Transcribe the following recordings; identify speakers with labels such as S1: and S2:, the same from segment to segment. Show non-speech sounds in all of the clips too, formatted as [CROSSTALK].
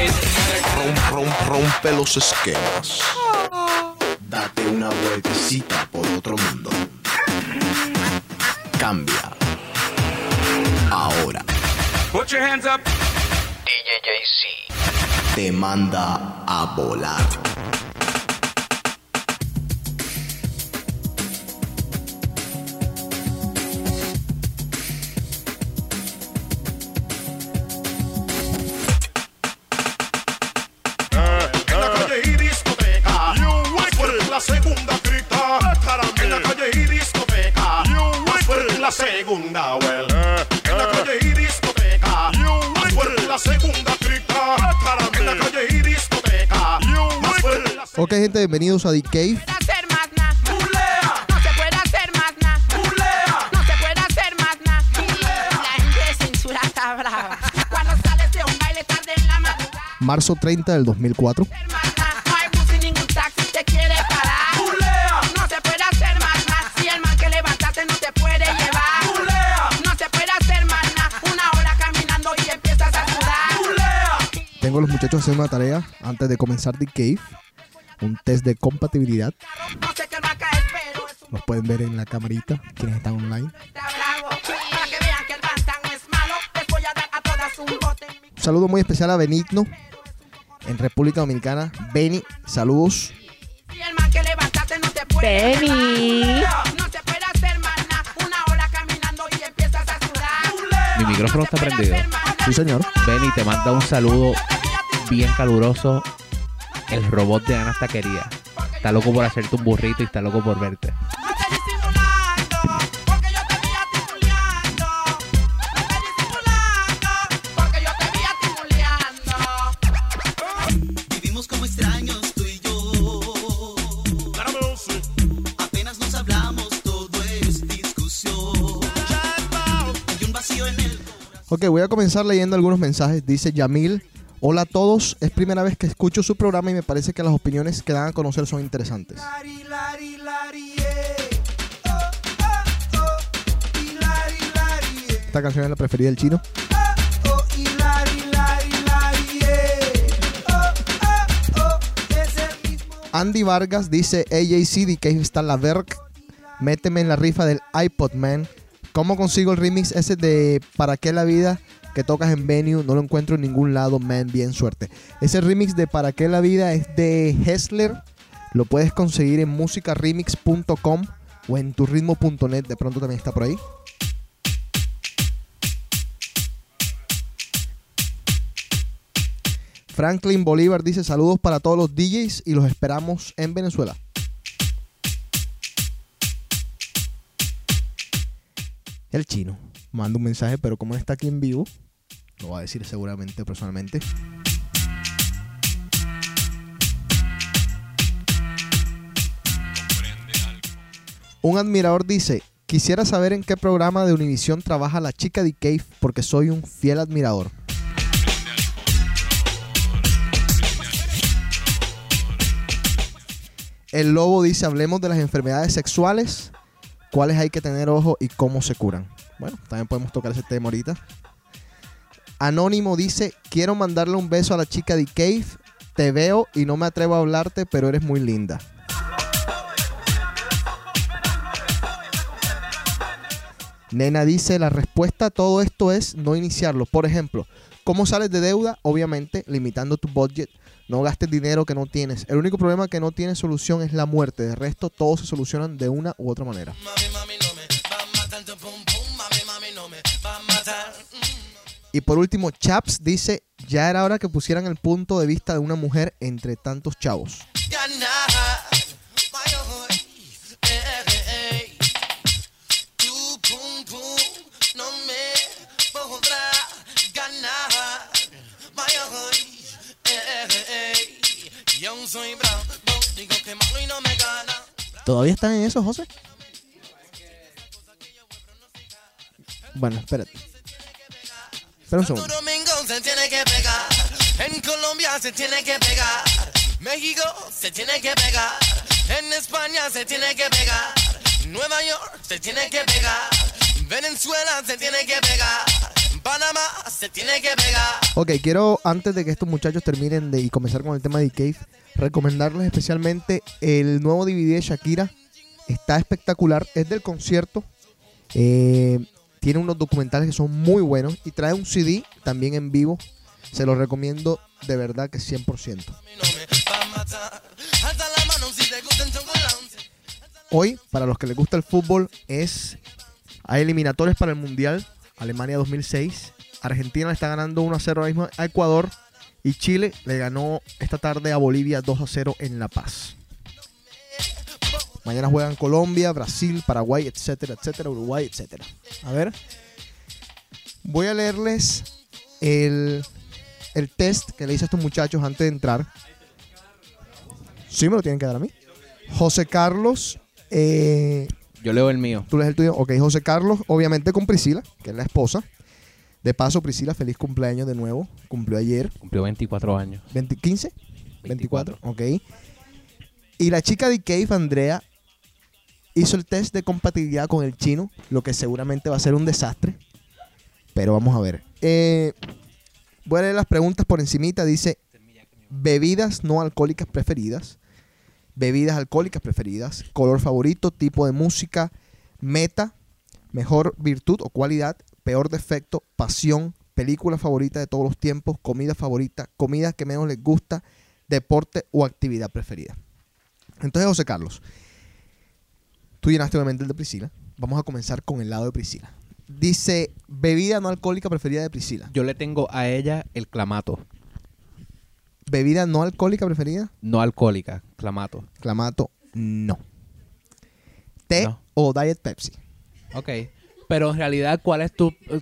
S1: Rom- rom- rompe los esquemas. Date una vueltecita por otro mundo. Cambia. Ahora
S2: Put your hands up.
S1: te manda a volar.
S3: En la calle y discoteca, más fuerte la segunda grita. En la calle y discoteca, más fuerte la segunda well. En la calle y discoteca, más fuerte la segunda grita. En la calle y discoteca, más fuerte la
S4: Ok, gente, bienvenidos a The Cave.
S5: puede hacer más nada. No se puede hacer más nada. No se puede hacer más nada. La gente de censura está brava. Cuando sales de un baile tarde en la madrugada.
S4: Marzo 30 del 2004.
S5: hacer más nada. No hay bus y ningún taxi te quiere parar. No se puede hacer más nada. Si el man que levantaste no te puede llevar. No se puede hacer más nada. Una hora caminando y empiezas a sudar.
S4: Tengo a los muchachos haciendo una tarea antes de comenzar The Cave. Un test de compatibilidad.
S5: No sé qué va a caer, pero es un
S4: Los pueden ver en la camarita, quienes están online.
S5: Está bravo. Para que vean que el pantano es malo, les voy a dar a todas un bote en mi
S4: Un saludo muy especial a Benigno en República Dominicana. Beni, saludos.
S5: Y el man que levantaste no te puede
S6: Benny.
S5: llevar. No se puede hacer más nada. Una hora caminando y empiezas a sudar.
S7: Mi micrófono
S5: No se
S7: está
S5: puede
S7: prendido.
S5: hacer más nada.
S4: Sí, señor.
S7: Benny te manda un saludo bien caluroso. El robot de Anastaquería. Está loco por hacerte un burrito y está loco por verte.
S5: No te disimulando, porque yo te vi a ti culiando. No te disimulando, porque yo te vi a ti culiando.
S8: Vivimos como extraños tú y yo.
S3: segunda.
S8: Apenas nos hablamos, todo es discusión. Hay un vacío en el
S4: Ok, voy a comenzar leyendo algunos mensajes. Dice Yamil. Hola a todos, es primera vez que escucho su programa y me parece que las opiniones que dan a conocer son interesantes. Esta canción es la preferida del chino. Andy Vargas dice AJCD que está en la verk. Méteme en la rifa del iPod Man. ¿Cómo consigo el remix ese de Para qué la vida que tocas en Venue? No lo encuentro en ningún lado, man. Bien suerte. Ese remix de Para qué la vida es de Hessler. Lo puedes conseguir en musicaremix.com o en turritmo.net. De pronto también está por ahí. Franklin Bolívar dice saludos para todos los DJs y los esperamos en Venezuela. El chino manda un mensaje, pero como no está aquí en vivo, lo va a decir seguramente personalmente. Un admirador dice, quisiera saber en qué programa de Univisión trabaja la chica de Cave porque soy un fiel admirador. El lobo dice, hablemos de las enfermedades sexuales, cuáles hay que tener ojo y cómo se curan. Bueno, también podemos tocar ese tema ahorita. Anónimo dice, quiero mandarle un beso a la chica de Cave, te veo y no me atrevo a hablarte, pero eres muy linda. Nena dice, la respuesta a todo esto es no iniciarlo. Por ejemplo, ¿cómo sales de deuda? Obviamente, limitando tu budget. No gastes dinero que no tienes. El único problema que no tiene solución es la muerte. De resto, todos se solucionan de una u otra manera. Y por último, Chaps dice, ya era hora que pusieran el punto de vista de una mujer entre tantos chavos.
S2: eh,
S4: ¿Todavía están en eso, José? Bueno, espérate. Espera un segundo.
S8: domingo se tiene que pegar. En Colombia se tiene que pegar. México se tiene que pegar. En España se tiene que pegar.
S2: Nueva York se tiene que pegar. Venezuela se tiene que pegar. Panamá se tiene que pegar.
S4: Ok, quiero antes de que estos muchachos terminen de, y comenzar con el tema de Cave, recomendarles especialmente el nuevo DVD de Shakira. Está espectacular, es del concierto. Eh, tiene unos documentales que son muy buenos y trae un CD también en vivo. Se los recomiendo de verdad que 100%.
S2: Mi nombre va a matar. Alza la mano si te gusta el chocolate.
S4: Hoy, para los que les gusta el fútbol, es. Hay eliminatorias para el Mundial. Alemania 2006. Argentina le está ganando 1 a 0 ahora mismo a Ecuador. Y Chile le ganó esta tarde a Bolivia 2 a 0 en La Paz. Mañana juegan Colombia, Brasil, Paraguay, etcétera, etcétera, Uruguay, etcétera. A ver. Voy a leerles el, el test que le hice a estos muchachos antes de entrar. Sí, me lo tienen que dar a mí. José Carlos eh,
S7: Yo leo el mío.
S4: Tú lees el tuyo. Ok, José Carlos, obviamente con Priscila, que es la esposa. De paso, Priscila, feliz cumpleaños de nuevo. Cumplió ayer.
S7: Cumplió 24 años.
S4: 20, ¿15? 24. Ok. Y la chica de Cave, Andrea, hizo el test de compatibilidad con el chino, lo que seguramente va a ser un desastre. Pero vamos a ver. Eh, voy a leer las preguntas por encimita. Dice, bebidas no alcohólicas preferidas, bebidas alcohólicas preferidas, color favorito, tipo de música, meta, mejor virtud o cualidad, peor defecto, pasión, película favorita de todos los tiempos, comida favorita, comida que menos les gusta, deporte o actividad preferida. Entonces, José Carlos, tú llenaste obviamente el de Priscila. Vamos a comenzar con el lado de Priscila. Dice, bebida no alcohólica preferida de Priscila.
S7: Yo le tengo a ella el clamato.
S4: Bebida no alcohólica preferida,
S7: No alcohólica, clamato.
S4: clamato, no. Té
S7: No.
S4: o Diet Pepsi.
S7: Ok. Pero en realidad, ¿cuál es tu. eh,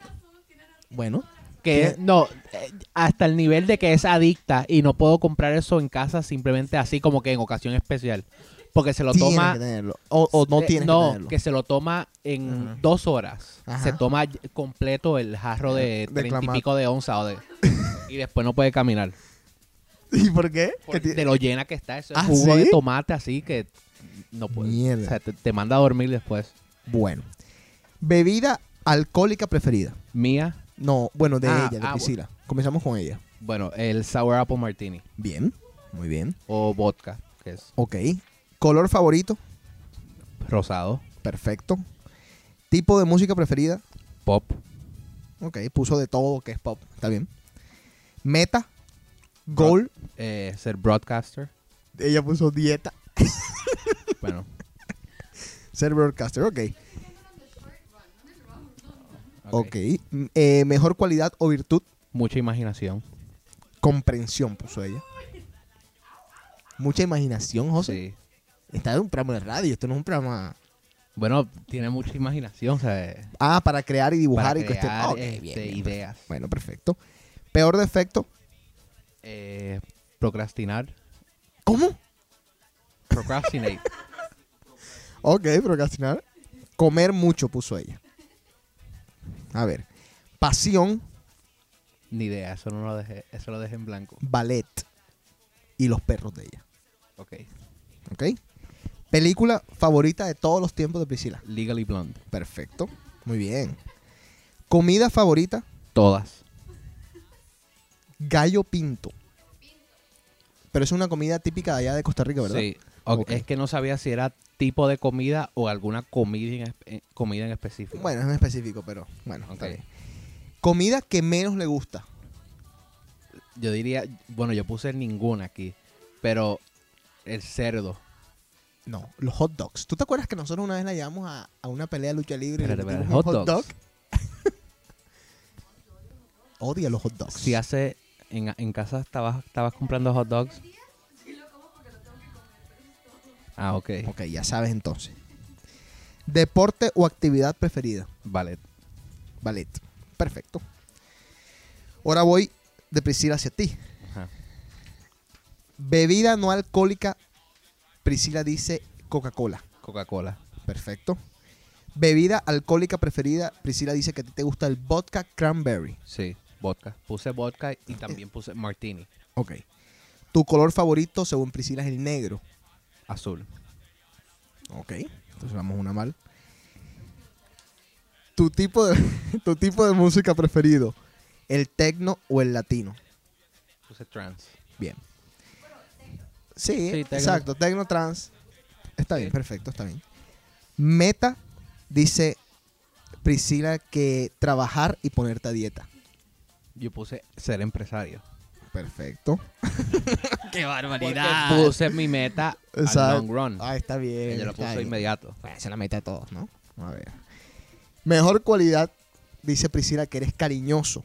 S7: Bueno, que
S4: Tiene-
S7: es- no, eh, hasta el nivel de que es adicta y no puedo comprar eso en casa simplemente así como que en ocasión especial. Porque se lo
S4: Tienes
S7: toma.
S4: que tenerlo. O, o no
S7: Eh,
S4: tienes
S7: no,
S4: que tenerlo.
S7: se lo toma en
S4: Ajá.
S7: dos horas.
S4: Ajá.
S7: Se toma y- completo el jarro
S4: De
S7: de treinta y
S4: clamato.
S7: pico de onza
S4: [LAUGHS]
S7: o de- y después no puede caminar.
S4: [LAUGHS] ¿Y por qué?
S7: Por-
S4: Que ti-
S7: de lo llena que está ese
S4: ¿Ah,
S7: jugo de
S4: sí?
S7: tomate así que no puede.
S4: Mierda.
S7: O sea, te, te manda a dormir después.
S4: Bueno. Bebida alcohólica preferida.
S7: Mía,
S4: No, bueno, de
S7: Ah,
S4: ella, de
S7: ah, bu-
S4: Priscila. Comenzamos con ella.
S7: bueno, el sour apple martini
S4: Bien, muy bien.
S7: o vodka, que es
S4: Ok. Color favorito,
S7: rosado,
S4: perfecto. Tipo de música preferida,
S7: pop,
S4: ok. Puso de todo que es pop, está bien. Meta, goal.
S7: eh, ser broadcaster.
S4: Ella puso dieta. [LAUGHS]
S7: Bueno,
S4: Ser broadcaster, ok. Ok.
S7: ok.
S4: M- eh, mejor cualidad o virtud,
S7: Mucha imaginación.
S4: comprensión, puso ella. Mucha imaginación, José.
S7: Sí.
S4: Está en un programa de radio, esto no es un programa.
S7: Bueno, tiene mucha imaginación, o sea, eh,
S4: Ah, para crear y dibujar
S7: para
S4: y cuestión.
S7: crear,
S4: Ah, ok,
S7: este,
S4: bien, bien,
S7: ideas.
S4: perfecto. Bueno, perfecto. Peor defecto.
S7: Eh, procrastinar.
S4: ¿Cómo? [LAUGHS]
S7: Procrastinate.
S4: Ok, procrastinar. Comer mucho, puso ella. A ver. Pasión,
S7: Ni idea, eso no lo dejé, eso lo dejé en blanco.
S4: ballet y los perros de ella.
S7: Ok.
S4: ¿Ok? Película favorita de todos los tiempos de Priscila.
S7: Legally blonde.
S4: Perfecto. Muy bien. Comida favorita,
S7: Todas.
S4: gallo pinto. Pero es una comida típica de allá de Costa Rica, ¿verdad?
S7: Sí. Ok,
S4: Ok.
S7: Es que no sabía si era tipo de comida o alguna comida en, espe- eh, comida en específico.
S4: Bueno, es en específico, pero bueno, está
S7: Ok.
S4: bien. Comida que menos le gusta.
S7: Yo diría, bueno, yo puse ninguna aquí, pero el cerdo.
S4: No, los hot dogs. ¿Tú te acuerdas que nosotros una vez la llevamos a, a una pelea de lucha libre
S7: Espérate,
S4: y le
S7: espérate,
S4: metimos un
S7: hot dogs.
S4: [LAUGHS] Odia los hot dogs.
S7: Si hace, en, en casa estabas, estabas comprando hot dogs. Ah, ok.
S4: Ok, ya sabes entonces. Deporte o actividad preferida.
S7: Vale.
S4: Ballet. Perfecto. Ahora voy de Priscila hacia ti.
S7: Ajá.
S4: Bebida no alcohólica. Priscila dice Coca-Cola.
S7: Coca-Cola.
S4: Perfecto. Bebida alcohólica preferida. Priscila dice que a ti te gusta el vodka cranberry.
S7: Sí. Vodka. Puse vodka y también puse martini.
S4: Ok. Tu color favorito, según Priscila, es el negro.
S7: Azul.
S4: Ok, entonces vamos una mal. Tu tipo de, [LAUGHS] tu tipo de música preferido, el tecno o el latino.
S7: Puse trans.
S4: Bien. Sí,
S7: Sí, tecno.
S4: exacto, tecno trans. Está bien,
S7: Sí.
S4: perfecto, está bien. Meta dice Priscila que trabajar y ponerte a dieta.
S7: Yo puse ser empresario.
S4: Perfecto.
S6: ¡Qué
S7: Porque
S6: barbaridad!
S7: puse mi meta a long run.
S4: Ah, está bien.
S7: Ella lo
S4: está
S7: puso
S4: bien.
S7: inmediato.
S4: Bueno, esa es la meta de todos, ¿no? A ver. Mejor cualidad, dice Priscila, que eres cariñoso.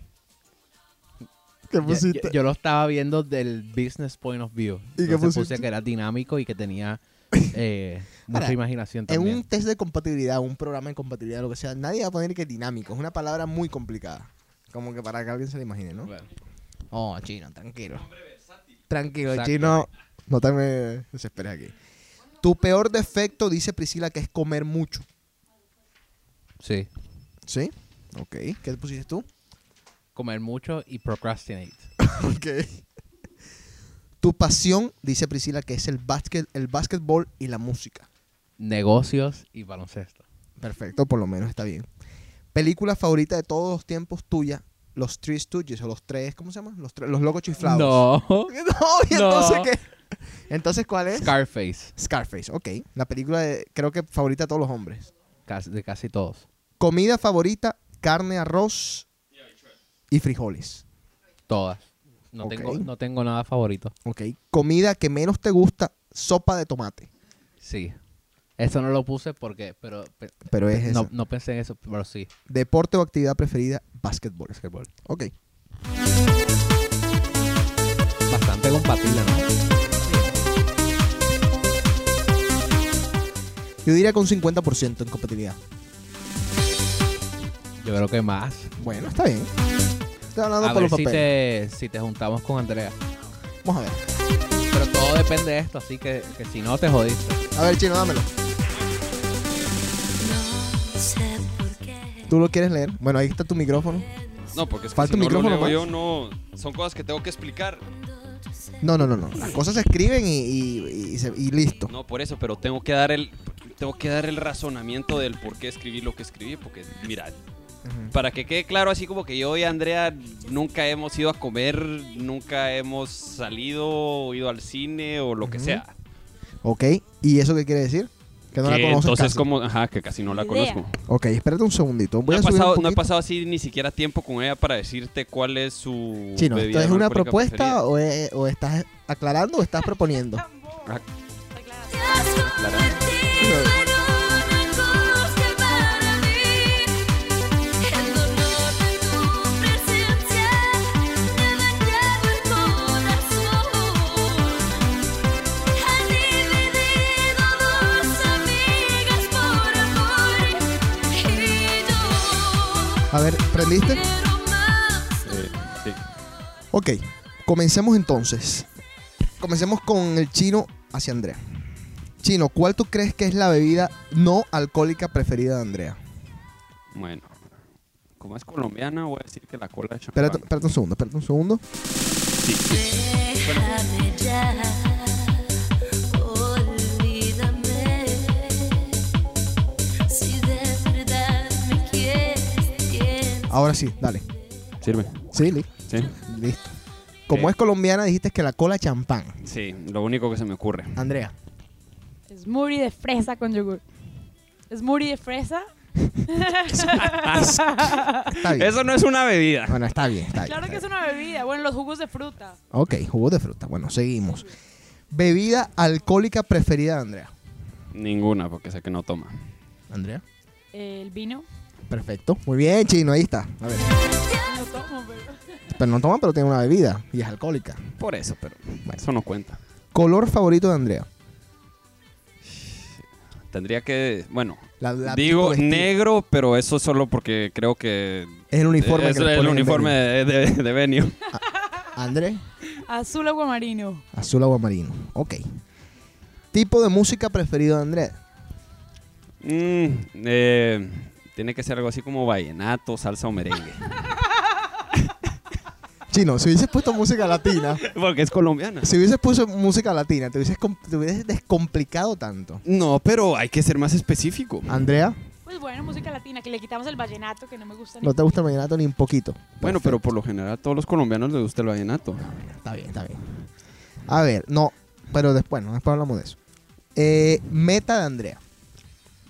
S4: ¿Qué
S7: Ya- Yo,
S4: pusiste?
S7: yo lo estaba viendo del business point of view.
S4: ¿Y qué
S7: Entonces
S4: pusiste?
S7: puse que era dinámico y que
S4: [LAUGHS]
S7: tenía eh, mucha
S4: Ahora,
S7: imaginación
S4: en
S7: también.
S4: un test de compatibilidad, un programa de compatibilidad, lo que sea, nadie va a poner que dinámico. Es una palabra muy complicada. Como que para que alguien se la imagine, ¿no?
S7: Bueno.
S4: Oh, chino, tranquilo. Tranquilo,
S7: Exacto.
S4: chino. No te me desesperes aquí. Tu peor defecto, dice Priscila, que es comer mucho.
S7: Sí.
S4: ¿Sí? Ok. ¿Qué pusiste tú? [LAUGHS]
S7: Comer mucho y procrastinate.
S4: Ok. Tu pasión, dice Priscila, que es el básquet, el básquetbol y la música.
S7: Negocios y baloncesto.
S4: Perfecto, por lo menos está bien. Película favorita de todos los tiempos tuya, Los Three Stooges o los tres, ¿cómo se llama? Los, tres- los locos chiflados.
S7: No.
S4: [LAUGHS] No, ¿y
S7: No.
S4: entonces qué? Entonces, ¿cuál es?
S7: Scarface.
S4: Scarface, ok. La película de- creo que favorita de todos los hombres.
S7: Casi- de casi todos.
S4: Comida favorita, carne, arroz y frijoles.
S7: Todas. No,
S4: Ok.
S7: tengo, no tengo nada favorito.
S4: Ok. Comida que menos te gusta, sopa de tomate.
S7: Sí. Eso no lo puse porque, pero, pe-
S4: Pero es
S7: Eh, no,
S4: esa.
S7: no pensé en eso, pero sí.
S4: Deporte o actividad preferida, básquetbol.
S7: Basketball.
S4: Ok.
S7: Bastante compatible, ¿no?
S4: Yo diría que un 50% en compatibilidad.
S7: Yo creo que más.
S4: Bueno, está bien. Estoy hablando
S7: a
S4: por
S7: ver
S4: los
S7: si
S4: papeles.
S7: te, si te juntamos con Andrea.
S4: Vamos a ver.
S7: Pero todo depende de esto, así que, que si no te jodiste.
S4: A ver, chino, dámelo. ¿Tú lo quieres leer? Bueno, ahí está tu micrófono.
S9: No, porque es que
S4: Falta
S9: si
S4: un
S9: no lo
S4: micrófono,
S9: leo yo no. Son cosas que tengo que explicar.
S4: No, no, no, no. Las cosas se escriben y, y- y se- y listo.
S9: No, por eso, pero tengo que dar el. Tengo que dar el razonamiento del por qué escribí lo que escribí, porque mira, para que quede claro así como que yo y Andrea nunca hemos ido a comer, nunca hemos salido, o ido al cine o lo que
S4: Ujú.
S9: sea.
S4: Ok. ¿Y eso qué quiere decir? Que no la
S9: Que
S4: conoces
S9: entonces
S4: casi.
S9: como, ajá, que casi no la
S10: Idea.
S9: conozco.
S4: Ok, espérate un segundito. Voy
S9: No
S4: a
S9: he,
S4: subir
S9: pasado,
S4: un
S9: no he
S4: poquito.
S9: pasado así ni siquiera tiempo con ella para decirte cuál es su.
S4: Chino,
S9: bebida
S4: ¿esto es una
S9: alcohólica
S4: propuesta o, es- o estás aclarando o estás proponiendo? A ver, ¿prendiste?
S9: preferida. Eh,
S4: Ok, comencemos entonces. Comencemos con el chino hacia Andrea. Chino, ¿cuál tú crees que es la bebida no alcohólica preferida de Andrea?
S9: sí. Bueno, como es colombiana, voy a decir que la cola es
S4: Espérate, espérate un segundo, espérate un segundo. Ahora sí, dale.
S9: Sirve.
S4: Sí, li-
S9: Sí.
S4: listo. Como
S9: Ok.
S4: es colombiana, dijiste que la cola champán.
S9: Sí, lo único que se me ocurre.
S4: Andrea,
S10: Smoothie de fresa con yogur. Smoothie de fresa.
S4: está bien.
S9: Eso no es una bebida.
S4: Bueno, está bien, está bien.
S10: Claro
S4: está
S10: que es
S4: bien.
S10: una bebida. Bueno, los jugos de fruta.
S4: Ok, jugo de fruta. Bueno, seguimos. Bebida alcohólica preferida de Andrea.
S9: Ninguna, porque sé que no toma.
S4: Andrea.
S10: El vino.
S4: Perfecto. Muy bien, chino, ahí está. A ver.
S10: No tomo, pero.
S4: Pero no toman, pero tiene una bebida y es alcohólica.
S9: Por eso, pero eso no cuenta.
S4: Color favorito de Andrea.
S9: Tendría que, bueno,
S4: La- la- tipo
S9: digo
S4: vestido.
S9: negro, pero eso solo porque creo que
S4: Es el uniforme.
S9: es
S4: que le
S9: el
S4: ponen en
S9: uniforme
S4: Benny.
S9: de, de, de venue.
S4: André,
S10: Azul agua marino.
S4: azul agua marino. Ok. Tipo de música preferido de Andrea.
S9: Mm, eh, tiene que ser algo así como vallenato, salsa o merengue.
S4: Chino, si hubieses puesto música latina,
S9: [LAUGHS] Porque es colombiana.
S4: si hubieses puesto música latina, te hubieses, com- te hubieses descomplicado tanto.
S9: No, pero hay que ser más específico.
S4: Andrea,
S10: Pues bueno, música latina, que le quitamos el vallenato, que no me gusta. ni-
S4: no te gusta el vallenato ni un poquito.
S9: Bueno, pero por lo general a todos los colombianos les gusta el vallenato.
S4: Está bien, está bien. A ver, no, pero después, no, después hablamos de eso. Eh, meta de Andrea.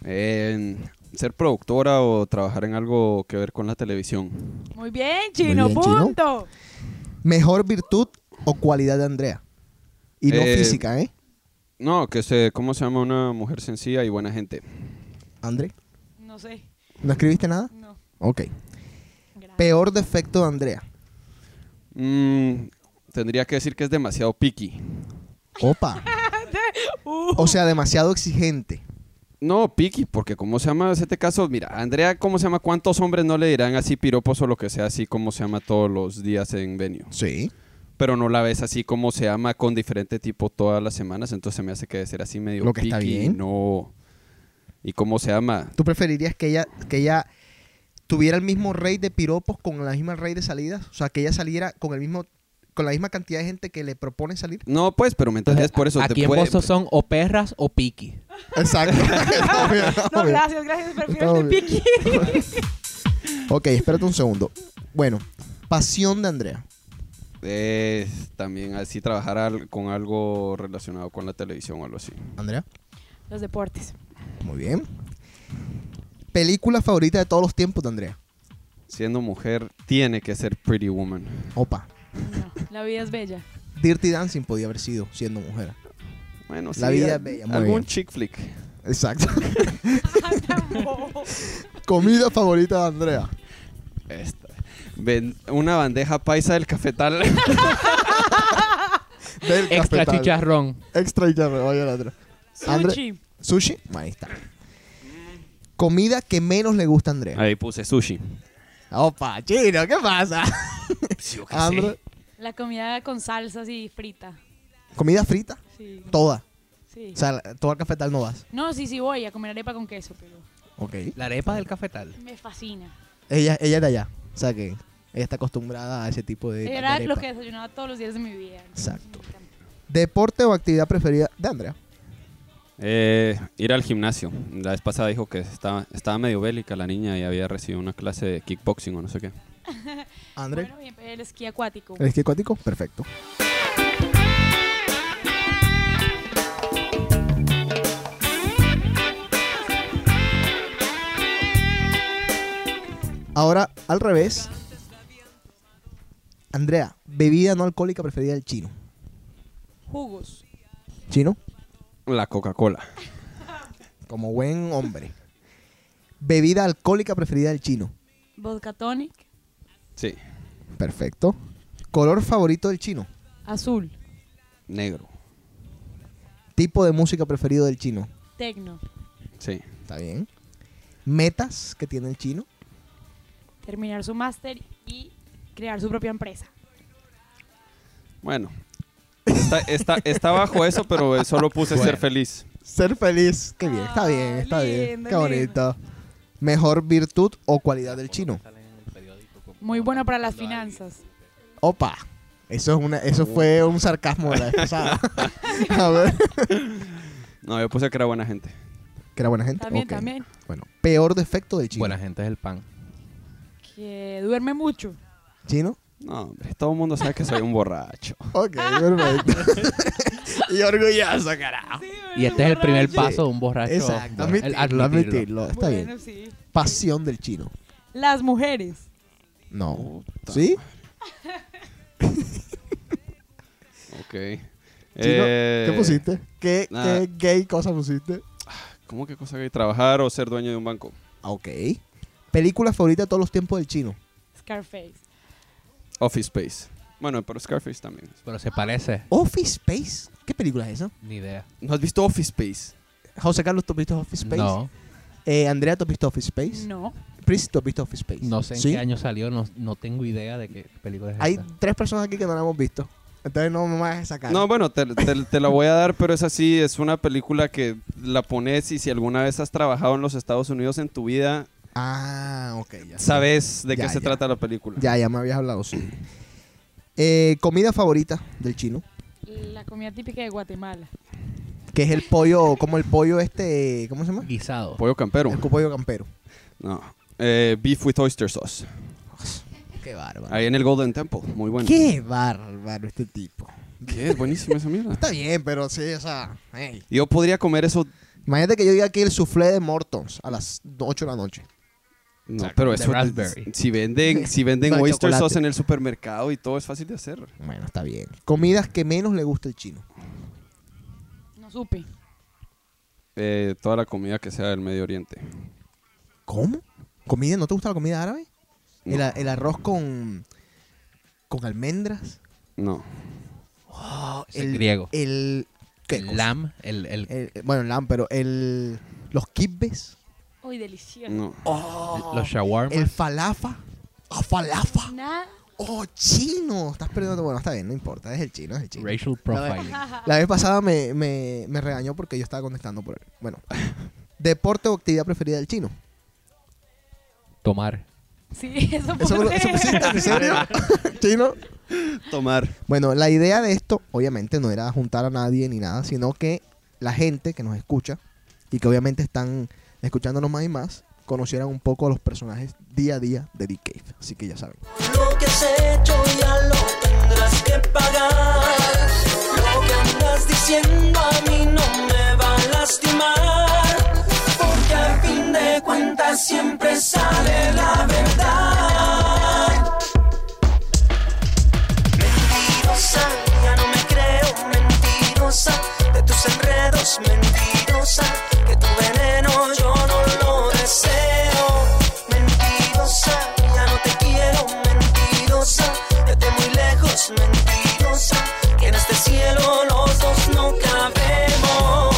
S9: Eh, ser productora o trabajar en algo que ver con la televisión.
S10: Muy bien, chino,
S4: bien, Chino.
S10: punto.
S4: Mejor virtud o cualidad de Andrea. Y no
S9: Eh,
S4: física, ¿eh?
S9: No, que se, ¿cómo se llama una mujer sencilla y buena gente?
S4: André,
S10: No sé,
S4: ¿no escribiste nada?
S10: no.
S4: Ok.
S10: gracias.
S4: Peor defecto de Andrea.
S9: Mm, tendría que decir que es demasiado picky.
S4: Opa.
S10: [LAUGHS] Uh,
S4: O sea, demasiado exigente.
S9: No, picky, porque ¿cómo se llama? En este caso, mira, Andrea, ¿cómo se llama? ¿Cuántos hombres no le dirán así piropos o lo que sea así como se llama todos los días en venio?
S4: Sí.
S9: Pero no la ves así como se llama con diferente tipo todas las semanas, entonces se me hace que de ser así medio
S4: Lo que está
S9: picky,
S4: bien.
S9: no. ¿Y cómo se llama?
S4: ¿Tú preferirías que ella, que ella tuviera el mismo rey de piropos con la misma rey de salidas? O sea, que ella saliera con el mismo, con la misma cantidad de gente que le propone salir.
S9: [LAUGHS] No, pues, pero me entendés por eso.
S7: Aquí
S9: te
S7: en
S9: puede-
S7: Boston son o perras o piqui.
S4: Exacto. [LAUGHS] Está bien, está
S10: no,
S4: bien.
S10: gracias, gracias, prefiero
S4: Está
S10: el de
S4: bien.
S10: Piqui.
S4: [LAUGHS] ok, espérate un segundo. Bueno, pasión de Andrea.
S9: Eh, también así trabajar al- con algo relacionado con la televisión o algo así.
S4: Andrea.
S10: Los deportes.
S4: Muy bien. Película favorita de todos los tiempos de Andrea.
S9: Siendo mujer, tiene que ser Pretty Woman.
S4: Opa.
S10: No, la vida es bella.
S4: Dirty Dancing podía haber sido siendo mujer.
S9: Bueno,
S4: La
S9: sí,
S4: vida
S9: al-
S4: es bella, muy
S9: Algún
S4: bien.
S9: chick flick.
S10: [LAUGHS]
S4: Exacto.
S10: Ay, tan bobo.
S4: Comida favorita de Andrea.
S9: Esta. Ven- una bandeja paisa del cafetal.
S4: Del
S7: Extra
S4: cafetal.
S7: chicharrón.
S4: Extra chicharrón. Vaya la otra. Andre-
S10: Sushi.
S4: ¿Sushi? Ahí está. Comida que menos le gusta a
S9: [LAUGHS]
S4: Andrea.
S9: Ahí puse sushi.
S4: Opa, chino, ¿qué pasa? Andre-
S10: La comida con salsas y frita.
S4: ¿Comida frita?
S10: Sí,
S4: Toda.
S10: sí.
S4: O sea, la- todo el cafetal no vas.
S10: No, sí, sí voy a comer arepa con queso, pero
S4: Ok.
S7: La arepa del cafetal.
S10: me fascina.
S4: Ella, ella es de allá. O sea que ella está acostumbrada a ese tipo de. de
S10: Era
S4: arepa.
S10: lo que desayunaba todos los días de mi vida. entonces
S4: Exacto.
S10: me encanta.
S4: Deporte o actividad preferida de Andrea.
S9: Eh, ir al gimnasio. La vez pasada dijo que estaba, estaba medio bélica la niña y había recibido una clase de kickboxing o no sé qué.
S4: Andrea.
S10: Bueno, bien, el esquí acuático.
S4: ¿El esquí acuático? Perfecto. Ahora, al revés. Andrea, bebida no alcohólica preferida del chino.
S10: Jugos.
S4: ¿Chino?
S9: La Coca-Cola.
S4: Como buen hombre. Bebida alcohólica preferida del chino.
S10: Vodka tonic.
S9: Sí.
S4: Perfecto. Color favorito del chino.
S10: Azul.
S9: Negro.
S4: Tipo de música preferido del chino.
S10: Tecno.
S9: Sí.
S4: Está bien. Metas que tiene el chino.
S10: Terminar su máster y crear su propia empresa.
S9: Bueno. Está, está- está bajo eso, pero eh, solo puse ser
S7: Bueno.
S9: feliz.
S4: Ser feliz. Qué bien. Está
S10: Ah,
S4: bien, está bien.
S10: lindo,
S4: Qué
S10: lindo.
S4: bonito. Mejor virtud o cualidad del chino.
S10: Muy bueno para las finanzas.
S4: Opa. Eso, es una, eso fue un sarcasmo de la vez
S10: [LAUGHS]
S4: pasada. A ver.
S9: No, yo puse que era buena gente.
S4: Que era buena gente.
S10: También,
S4: Ok.
S10: también.
S4: Bueno, peor defecto del chino.
S7: Buena gente es el pan.
S10: Que duerme mucho.
S4: ¿Chino?
S9: No, hombre, todo el mundo sabe que soy un borracho.
S4: Ok, perfecto. y orgulloso, carajo.
S7: Y este es el primer
S4: borracho.
S7: paso de un
S4: [LAUGHS]
S7: borracho.
S4: Exacto.
S7: El
S4: Admitirlo,
S7: admitirlo.
S4: admitirlo. Está bien.
S10: Bueno, sí.
S4: Pasión del chino.
S10: Las mujeres.
S4: No. ¿Sí?
S9: Ok.
S4: Chino,
S9: Eh,
S4: ¿Qué pusiste? ¿Qué,
S9: nada.
S4: ¿Qué gay cosa pusiste?
S9: ¿Cómo que cosa que trabajar o ser dueño de un banco?
S7: Ah,
S4: Ok. Película favorita de todos los tiempos del chino.
S10: Scarface.
S9: Office Space. Bueno, pero Scarface también.
S7: Pero se parece.
S4: Office Space. ¿Qué película es esa?
S7: Ni idea.
S9: ¿No has visto Office Space?
S4: José Carlos, ¿tú has visto Office Space?
S7: No,
S4: Eh, Andrea, ¿tú has visto Office Space?
S10: No.
S4: Pris, ¿tú has visto Office Space?
S7: no sé en
S4: ¿Sí?
S7: qué año salió. No, no tengo idea de qué película es
S4: Hay
S7: esa.
S4: tres personas aquí que no la hemos visto. Entonces no me vas a sacar.
S9: No, bueno, te, te- te la voy a dar, pero es así. Es una película que la pones y si alguna vez has trabajado en los Estados Unidos en tu vida,
S4: Ah, ok. Ya, sé.
S9: sabes de
S4: Ya,
S9: qué se
S4: ya.
S9: trata la película.
S4: ya, ya me habías hablado, sí. Eh, comida favorita del chino,
S10: La comida típica de Guatemala.
S4: que es el pollo, como el pollo este, ¿cómo se llama?
S7: Guisado.
S9: Pollo campero.
S4: El pollo campero.
S9: No. Eh, beef with oyster sauce.
S7: Qué bárbaro.
S9: Ahí en el Golden Temple. Muy bueno.
S4: Qué bárbaro este tipo.
S9: ¿Qué? Es buenísimo esa
S4: [LAUGHS]
S9: mierda.
S4: Está bien, pero sí, o sea, hey.
S9: Yo podría comer eso.
S4: Imagínate que yo diga aquí el soufflé de Mortons a las 8 de la noche.
S9: No, pero
S7: de
S9: eso.
S7: raspberry.
S9: Si venden, si venden
S4: [LAUGHS] No, de
S9: oyster
S4: chocolate.
S9: sauce en el supermercado y todo es fácil de hacer.
S4: Bueno, está bien. Comidas que menos le gusta el chino.
S10: No supe.
S9: Eh, toda la comida que sea del Medio Oriente.
S4: ¿Cómo? ¿Comida? ¿No te gusta la comida árabe? El, a- el arroz con con almendras.
S9: No.
S4: Oh,
S7: Es griego.
S4: El ¿qué cosa?
S7: Lamb, el, el,
S4: El- bueno, el lamb, pero el los kibbes,
S10: Uy, delicioso.
S9: No.
S7: los shawarma.
S4: el falafa, a falafa.
S10: Nada.
S4: Oh, chino. Estás perdiendo. Bueno, está bien, no importa. Es el chino, es el chino.
S7: racial profiling.
S4: La vez pasada me, me, me regañó porque yo estaba contestando por él. Bueno, [LAUGHS] deporte o actividad preferida del chino.
S7: Tomar.
S10: Sí, [LAUGHS] eso
S4: Eso fue lo- eso
S10: puse. [LAUGHS]
S4: pusiste, ¿en serio? [LAUGHS] chino.
S9: Tomar.
S4: Bueno, la idea de esto, obviamente, no era juntar a nadie ni nada, sino que la gente que nos escucha y que obviamente están escuchándonos más y más, conocieran un poco a los personajes día a día de The Cave. Así que ya saben.
S8: Lo que has hecho ya lo tendrás que pagar. Lo que andas diciendo a mí no me va a lastimar. Porque al fin de cuentas siempre sale la verdad. Mentirosa, ya no me creo mentirosa. De tus enredos, mentirosa. Que tu veneno yo no lo deseo. Mentirosa, ya no te quiero mentirosa. Desde muy lejos, mentirosa. Que en este cielo los dos no cabemos.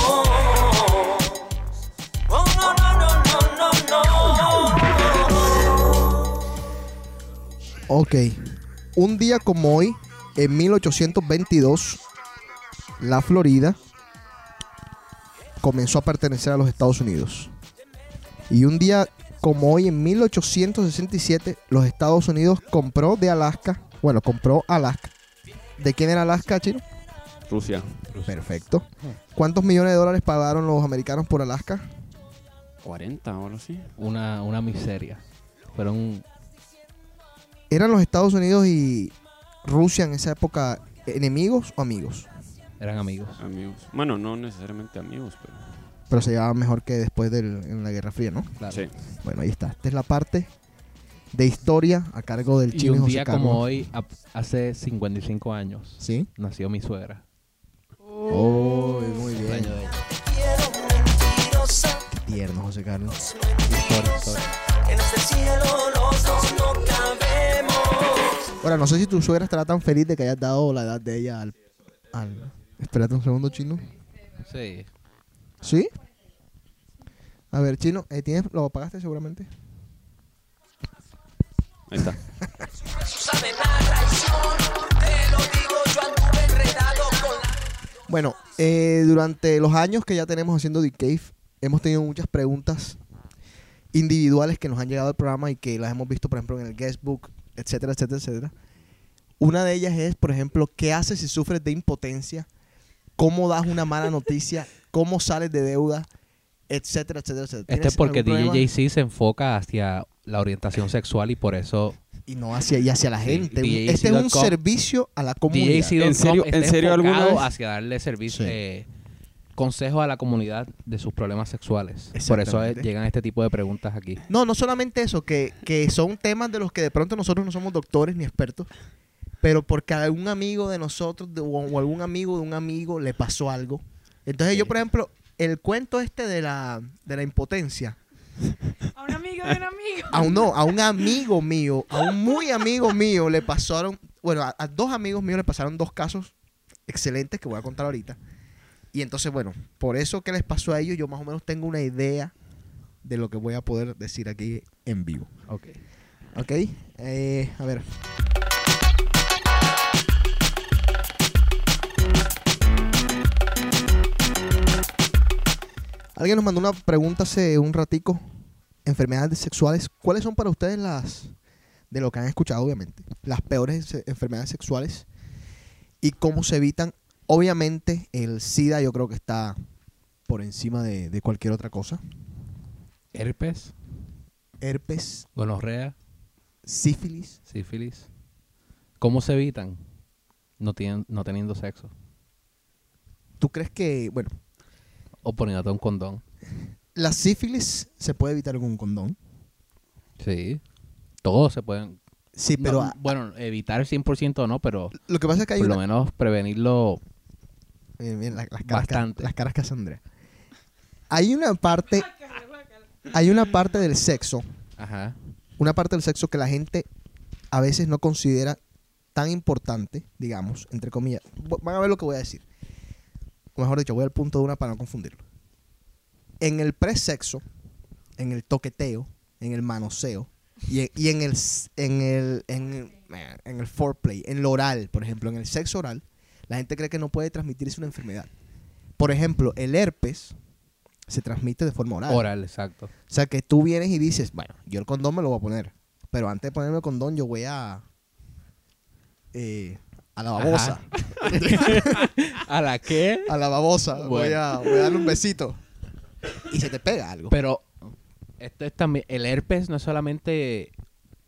S8: Oh, no, no, no, no, no, no.
S4: Ok. Un día como hoy, en 1822, la Florida comenzó a pertenecer a los Estados Unidos. Y un día como hoy, en 1867, los Estados Unidos compró de Alaska, bueno, compró Alaska. ¿De quién era Alaska, Chino?
S9: Rusia.
S4: Perfecto. ¿Cuántos millones de dólares pagaron los americanos por Alaska?
S9: 40 o algo así.
S7: Una, una miseria. Fueron
S4: ¿Eran los Estados Unidos y Rusia en esa época enemigos o amigos?
S7: eran amigos.
S9: Amigos. Bueno, no necesariamente amigos, pero.
S4: Pero se llevaban mejor que después de la Guerra Fría, ¿no?
S7: Claro.
S9: Sí.
S4: Bueno, ahí está. Esta es la parte de historia a cargo del
S7: Y
S4: chino
S7: un
S4: José
S7: día
S4: Carlos.
S7: como hoy, ap- hace 55 años,
S4: Sí.
S7: nació mi suegra.
S4: Oh, muy bien.
S8: Quiero mentirosa.
S4: Qué tierno, José Carlos.
S8: En este cielo los dos no cabemos.
S4: Ahora, no sé si tu suegra estará tan feliz de que hayas dado la edad de ella al... al... Espérate un segundo, chino.
S7: Sí.
S4: ¿Sí? A ver, chino, eh, ¿tienes- ¿lo apagaste seguramente?
S9: Ahí está.
S8: Sabe la traición, te lo digo, yo anduve enredado con la.
S4: Bueno, eh, durante los años que ya tenemos haciendo The Cave, hemos tenido muchas preguntas individuales que nos han llegado al programa y que las hemos visto, por ejemplo, en el guestbook, etcétera, etcétera, etcétera. Una de ellas es, por ejemplo, ¿qué haces si sufres de impotencia? ¿Cómo das una mala noticia? ¿Cómo sales de deuda? Etcétera, etcétera, etcétera.
S7: Este es
S4: ¿Tienes
S7: porque
S4: algún problema?
S7: DJC se enfoca hacia la orientación sexual y por eso
S4: Y no hacia, y hacia la
S7: Sí,
S4: gente. Un-
S7: DJC
S4: este es un
S7: dot com.
S4: servicio a la comunidad.
S7: DJC.com
S9: ¿En serio-
S7: está
S9: en serio alguna
S7: enfocado
S9: vez?
S7: hacia darle servicio,
S4: Sí.
S7: eh, consejos a la comunidad de sus problemas sexuales. Por eso eh,
S4: Exactamente.
S7: llegan este tipo de preguntas aquí.
S4: No, no solamente eso, que, que son temas de los que de pronto nosotros no somos doctores ni expertos, pero porque a algún amigo de nosotros de- o, o algún amigo de un amigo le pasó algo. Entonces yo, por ejemplo, el cuento este de la, de la impotencia,
S10: A un amigo de un amigo.
S4: a un, no, a un amigo mío, a un muy amigo mío le pasaron, bueno, a, a dos amigos míos le pasaron dos casos excelentes que voy a contar ahorita. Y entonces, bueno, por eso que les pasó a ellos, yo más o menos tengo una idea de lo que voy a poder decir aquí en vivo.
S7: Ok.
S4: Ok, eh, a ver. Alguien nos mandó una pregunta hace un ratico. Enfermedades sexuales. ¿Cuáles son para ustedes las, de lo que han escuchado, obviamente, las peores se- enfermedades sexuales y cómo se evitan. Obviamente, el SIDA yo creo que está por encima de, de cualquier otra cosa.
S7: Herpes,
S4: Herpes,
S7: gonorrea,
S4: sífilis,
S7: sífilis. ¿Cómo se evitan? No, tienen, no teniendo sexo.
S4: ¿tú crees que, bueno,
S7: O poniéndote un condón.
S4: la sífilis se puede evitar con un condón?
S7: Sí. Todos se pueden...
S4: Sí, pero
S7: No,
S4: ah,
S7: bueno, evitar 100% o no, pero
S4: lo que pasa es que hay
S7: por lo
S4: una-
S7: menos prevenirlo
S4: Miren, miren las, las caras que-
S7: Bastante.
S4: las caras que hace Andrea. Hay una parte. Hay una parte del sexo.
S7: Ajá.
S4: Una parte del sexo que la gente a veces no considera tan importante, digamos, entre comillas. Bu- Van a ver lo que voy a decir. O mejor dicho, voy al punto de una para no confundirlo. En el presexo, en el toqueteo, en el manoseo, y, en- y en el s- en el en, el- en el foreplay, en lo oral, por ejemplo, en el sexo oral, la gente cree que no puede transmitirse una enfermedad. Por ejemplo, el herpes se transmite de forma oral.
S7: Ah.
S4: [LAUGHS]
S7: Oral, exacto. [LAUGHS]
S4: O sea, que tú vienes y dices, bueno, yo el condón me lo voy a poner. Pero antes de ponerme el condón, yo voy a. eh, a la babosa.
S7: ¿A la qué?
S4: A la babosa. Voy,
S7: Bueno.
S4: a, voy a darle un besito. Y se te pega algo.
S7: Pero esto es también el herpes no es solamente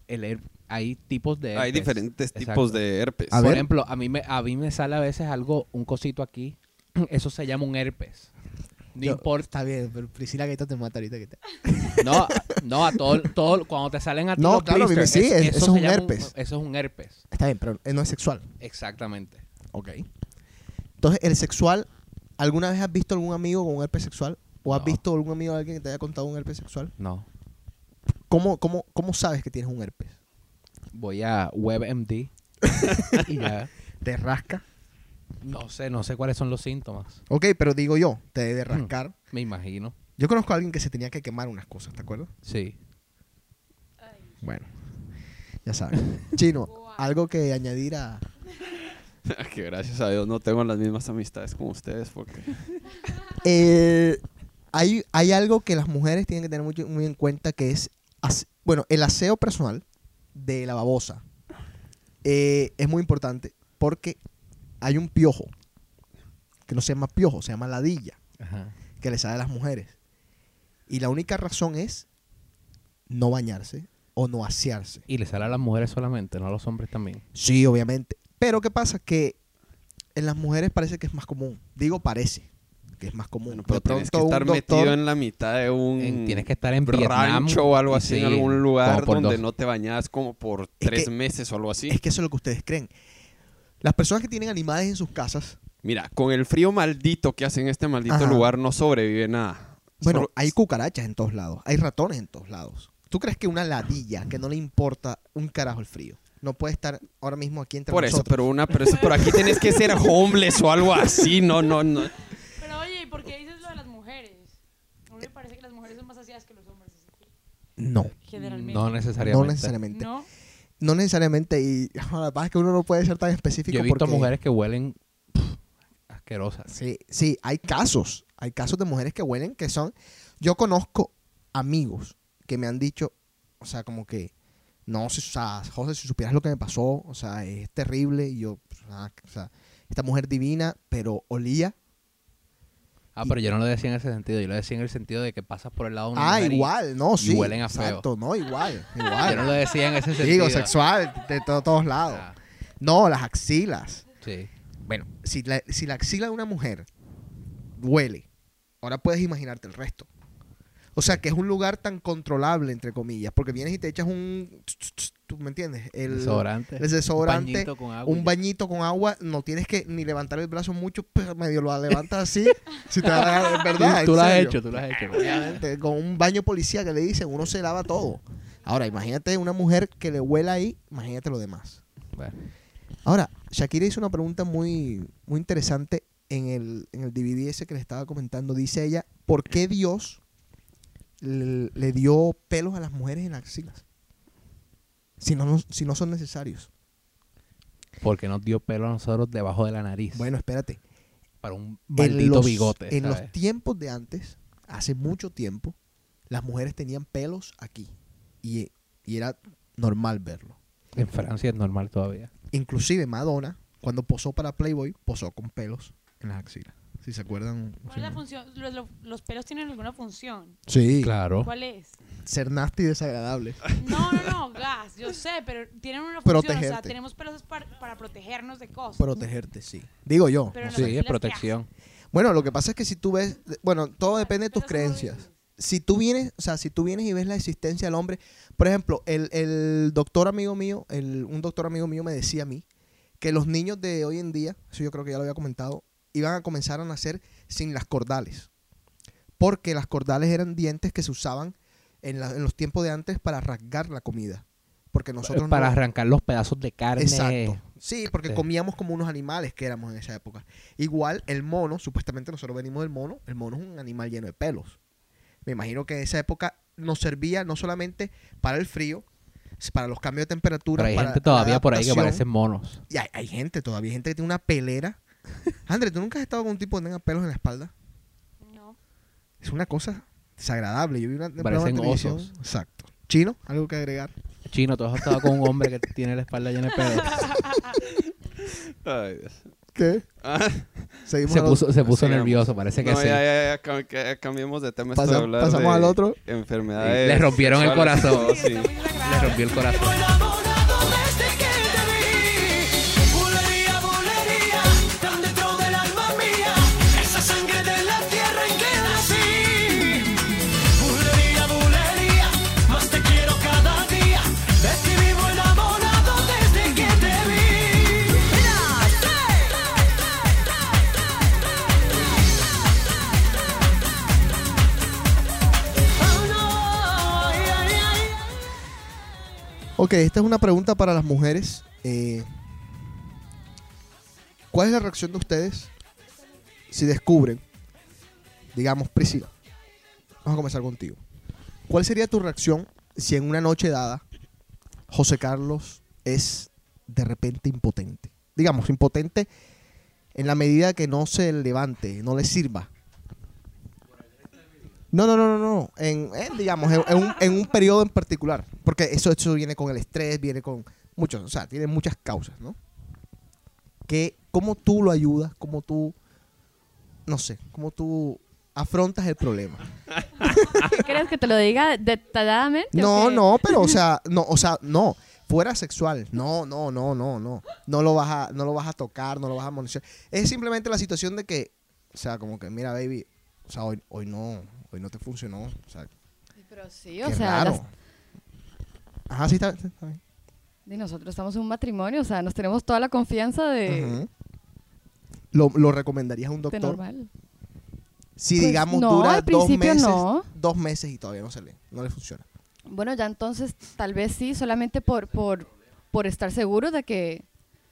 S7: el her- hay tipos de herpes.
S9: Hay diferentes
S7: Exacto. Ah.
S9: tipos de herpes.
S4: A
S7: Por
S4: ver.
S7: ejemplo, a mí me a mí me sale a veces algo un cosito aquí, [CLEARS THROAT] eso se llama un herpes. No
S4: Yo-
S7: importa.
S4: Está bien, pero Priscila Gaita te mata ahorita. Que te-
S7: No, a- no a todo, todo cuando te salen a ti
S4: No,
S7: los
S4: claro,
S7: blisters,
S4: sí, es- eso es
S7: se
S4: un
S7: llama
S4: herpes.
S7: eso es un herpes.
S4: Está bien, pero eh, no es sexual.
S7: Exactamente.
S4: Ok. Entonces, el sexual. ¿Alguna vez has visto algún amigo con un herpes sexual? ¿O has
S7: No.
S4: visto algún amigo de alguien que te haya contado un herpes sexual?
S7: No.
S4: ¿Cómo, cómo, cómo sabes que tienes un herpes?
S7: Voy a WebMD y ya.
S4: ¿Te rasca?
S7: No sé, no sé cuáles son los síntomas.
S4: Ok, pero digo yo, te debe rascar.
S7: Me imagino.
S4: Yo conozco a alguien que se tenía que quemar unas cosas, ¿te acuerdas?
S7: Sí.
S4: Bueno, ya sabes. Chino, algo que añadir a...
S9: [LAUGHS] que gracias a Dios no tengo las mismas amistades como ustedes porque
S4: Eh, hay, hay algo que las mujeres tienen que tener mucho- muy, en cuenta que es, as- bueno, el aseo personal de la babosa eh, es muy importante porque hay un piojo, que no se llama piojo, se llama ladilla,
S7: Ajá.
S4: que le sale a las mujeres. Y la única razón es no bañarse o no asearse.
S7: Y le sale a las mujeres solamente, no a los hombres también.
S4: Sí, obviamente. Pero ¿qué pasa? Que en las mujeres parece que es más común. Digo parece que es más común.
S9: bueno,
S4: De
S9: pero tienes que
S4: pronto
S9: estar
S4: un doctor-
S9: metido en la mitad de un
S7: En- tienes que estar en Vietnam
S9: Mm, rancho o algo
S7: y
S9: así en
S7: sí,
S9: algún lugar
S7: como por
S9: donde
S7: dos.
S9: no te bañabas como por
S4: Es
S9: tres
S4: que-
S9: meses o algo así.
S4: Es que eso es lo que ustedes creen. Las personas que tienen animales en sus casas,
S9: Mira, con el frío maldito que hace en este maldito
S4: Ajá.
S9: lugar no sobrevive nada.
S4: bueno,
S9: Solo-
S4: hay cucarachas en todos lados, hay ratones en todos lados. ¿Tú crees que una ladilla que no le importa un carajo el frío no puede estar ahora mismo aquí entre
S9: por eso,
S4: nosotros?
S9: pero una pero eso- pero aquí tienes que ser homeless o algo así, no no no.
S10: Pero oye, ¿y por qué dices lo de las mujeres? A mí me parece que las mujeres son más asiadas que los hombres, así que,
S4: No,
S10: generalmente.
S7: No
S4: no
S7: necesariamente.
S4: necesariamente. No,
S10: ¿No?
S4: necesariamente. Y [LAUGHS] la verdad es que uno no puede ser tan específico.
S7: Yo he visto
S4: porque-
S7: mujeres que huelen pff, asquerosas.
S4: Sí, sí, hay casos. Hay casos de mujeres que huelen que son. Yo conozco amigos que me han dicho, o sea, como que. No, si, o sea, José, si supieras lo que me pasó, o sea, es terrible. Y yo, pues, ah, o sea, esta mujer divina, pero olía.
S7: Ah,
S4: Y-
S7: pero yo no lo decía en ese sentido. Yo lo decía en el sentido de que pasas por el lado de una
S4: Ah,
S7: mujer y-
S4: igual, no, sí.
S7: huelen a feo.
S4: Exacto, no, igual,
S7: [LAUGHS]
S4: igual.
S7: Yo no lo decía en ese sentido.
S4: Digo, sexual, de to- todos lados.
S7: Ah,
S4: No, las axilas.
S7: sí.
S4: Bueno, si la, si la axila de una mujer huele, ahora puedes imaginarte el resto. O sea, que es un lugar tan controlable, entre comillas, porque vienes y te echas un... ¿Tú me entiendes? El
S7: desodorante.
S4: el desodorante,
S7: Un bañito con agua.
S4: Un bañito con agua, no tienes que ni levantar el brazo mucho, pero medio lo levantas así. si te da la gana, es verdad.
S7: Tú
S4: en
S7: lo has
S4: serio.
S7: hecho, tú lo has hecho.
S4: Obviamente, con un baño policía que le dicen, uno se lava todo. Ahora, imagínate una mujer que le huela ahí, imagínate lo demás.
S7: Bueno,
S4: Ahora, Shakira hizo una pregunta muy, muy interesante en el, en el DVD ese que le estaba comentando. Dice ella, ¿por qué Dios le, le dio pelos a las mujeres en las axilas? Si no, nos- si no son necesarios.
S7: Porque nos dio pelo a nosotros debajo de la nariz.
S4: Bueno, espérate.
S7: para un
S4: En
S7: maldito
S4: los-
S7: bigote.
S4: En
S7: ¿sabes?
S4: los tiempos de antes, hace mucho tiempo, las mujeres tenían pelos aquí. Y, y era normal verlo.
S7: En Francia es normal todavía.
S4: Inclusive Madonna, cuando posó para Playboy, posó con pelos en las axilas. Si se acuerdan.
S10: ¿Cuál es la función? ¿Los, los, los pelos tienen alguna función?
S4: Sí,
S7: Claro.
S10: ¿Cuál es?
S4: ser nasty y desagradable.
S10: No, no, no, gas, yo sé, pero tienen una función. O sea,
S4: Protegerte.
S10: tenemos pelos para, para protegernos de cosas.
S4: Protegerte, sí. Digo yo.
S10: Pero
S7: Sí, es
S10: axilas, ¿qué
S7: protección.
S4: Bueno, lo que pasa es que si tú ves, bueno, todo depende de tus
S10: Pero eso no
S4: creencias. Si tú vienes, o sea, si tú vienes y ves la existencia del hombre, por ejemplo, el, el doctor amigo mío, el, un doctor amigo mío me decía a mí que los niños de hoy en día, eso yo creo que ya lo había comentado, iban a comenzar a nacer sin las cordales. Porque las cordales eran dientes que se usaban en, la- en los tiempos de antes para rasgar la comida. Porque nosotros no-
S7: Para arrancar los pedazos de carne.
S4: Exacto. Sí, porque
S7: Sí.
S4: comíamos como unos animales que éramos en esa época. Igual el mono, supuestamente nosotros venimos del mono, el mono es un animal lleno de pelos. Me imagino que en esa época nos servía no solamente para el frío, s- para los cambios de temperatura.
S7: Pero hay
S4: para
S7: gente
S4: la
S7: todavía por ahí que parecen
S4: adaptación.
S7: monos.
S4: Y hay, hay gente todavía, hay gente que tiene una
S7: [LAUGHS]
S4: pelera. André, ¿tú nunca has estado con un tipo que tenga pelos en la espalda?
S10: No.
S4: Es una cosa desagradable. Yo vi una un programa
S7: Parecen
S4: de televisión.
S7: osos.
S4: Exacto. Chino, algo que agregar.
S7: Chino, tú has estado con un hombre que tiene la espalda llena de
S4: [LAUGHS]
S7: pelos.
S9: Ay, Dios.
S4: ¿Qué?
S9: Ah, [LAUGHS]
S4: Seguimos
S7: Se
S4: al
S7: puso,
S4: otro.
S7: se puso
S9: Sigamos.
S7: nervioso, parece que
S9: no,
S7: sí.
S9: ya, ya, ya, cam- que- cambiemos de tema. esto de
S4: Pasa-
S9: hablar
S4: pasamos
S9: de
S4: al otro.
S9: Enfermedades.
S7: Le rompieron el
S9: sexuales y
S7: corazón.
S9: todo, [LAUGHS]
S10: Está
S9: sí.
S10: muy desagradable.
S7: Le rompió el corazón.
S8: enamorado desde que te vi. Bulería, bulería, tan dentro del alma mía. Esa sangre de la tierra en que nací. Bulería, bulería, más te quiero cada día. De ti vivo enamorado desde que te vi. Una,
S4: Ok, esta es una pregunta para las mujeres. Eh, ¿Cuál es la reacción de ustedes si descubren, digamos, Priscila? Vamos a comenzar contigo. ¿Cuál sería tu reacción si en una noche dada José Carlos es de repente impotente? Digamos, impotente en la medida que no se levante, no le sirva. No, no, no, no, no. En, en, digamos, en, en un, en un periodo en particular. Porque eso, eso viene con el estrés, viene con muchos, o sea, tiene muchas causas, ¿no? Que cómo tú lo ayudas, cómo tú, no sé, cómo tú afrontas el problema.
S6: ¿Quieres que te lo diga detalladamente? o
S4: No,
S6: qué?
S4: no, pero o sea, no, o sea, no. Fuera sexual. No, no, no, no, no. No lo vas a, no lo vas a tocar, no lo vas a amonestar. Es simplemente la situación de que, o sea, como que, mira, baby, o sea, hoy, hoy no, hoy no te funcionó. O sea,
S6: Pero sí, o
S4: Qué
S6: sea,
S4: raro.
S6: las-
S4: Ajá, sí, está, está- está bien.
S6: y nosotros estamos en un matrimonio, o sea, nos tenemos toda la confianza de,
S4: Ujú. ¿Lo, lo recomendarías a un
S6: de
S4: doctor?
S6: normal.
S4: Si
S6: Pues
S4: digamos
S6: no,
S4: dura
S6: al
S4: dos
S6: principio
S4: meses,
S6: no.
S4: dos meses y todavía no se le, no le funciona.
S6: Bueno, ya entonces tal vez sí, solamente por, por, por estar seguros de que,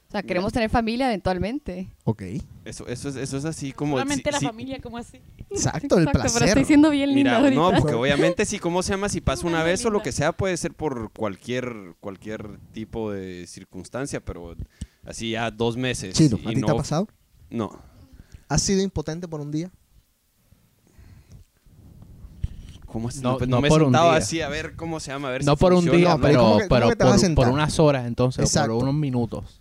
S6: o sea, queremos tener familia eventualmente. [LAUGHS]
S4: Ok.
S9: Eso, eso, es, eso es así como.
S10: Solamente
S9: si-
S10: la
S9: si-
S10: familia, ¿cómo así?
S4: Exacto, el placer.
S6: pero estoy siendo bien linda
S9: Mira,
S6: ahorita. [LAUGHS]
S9: no, porque
S4: Bueno.
S9: obviamente si cómo se llama, si pasa una
S10: Una
S9: vez o lo
S10: linda.
S9: que sea, puede ser por cualquier cualquier tipo de circunstancia, pero así ya dos meses.
S4: Chino,
S9: y
S4: ¿a ti te
S9: no-
S4: ha pasado?
S9: No.
S4: ¿Has sido impotente por un día?
S9: ¿Cómo es?
S7: No-
S9: No, pues,
S7: no
S9: no me he
S7: por un
S9: sentado
S7: día.
S9: así a ver cómo se llama, a ver
S7: No
S9: si
S7: por un
S9: funciona,
S7: día,
S9: ¿no?
S4: pero ¿cómo
S7: pero,
S4: que- cómo
S7: pero
S4: que te vas a
S7: por, por
S4: sentar?
S7: unas horas entonces, o
S4: Exacto.
S7: por unos minutos.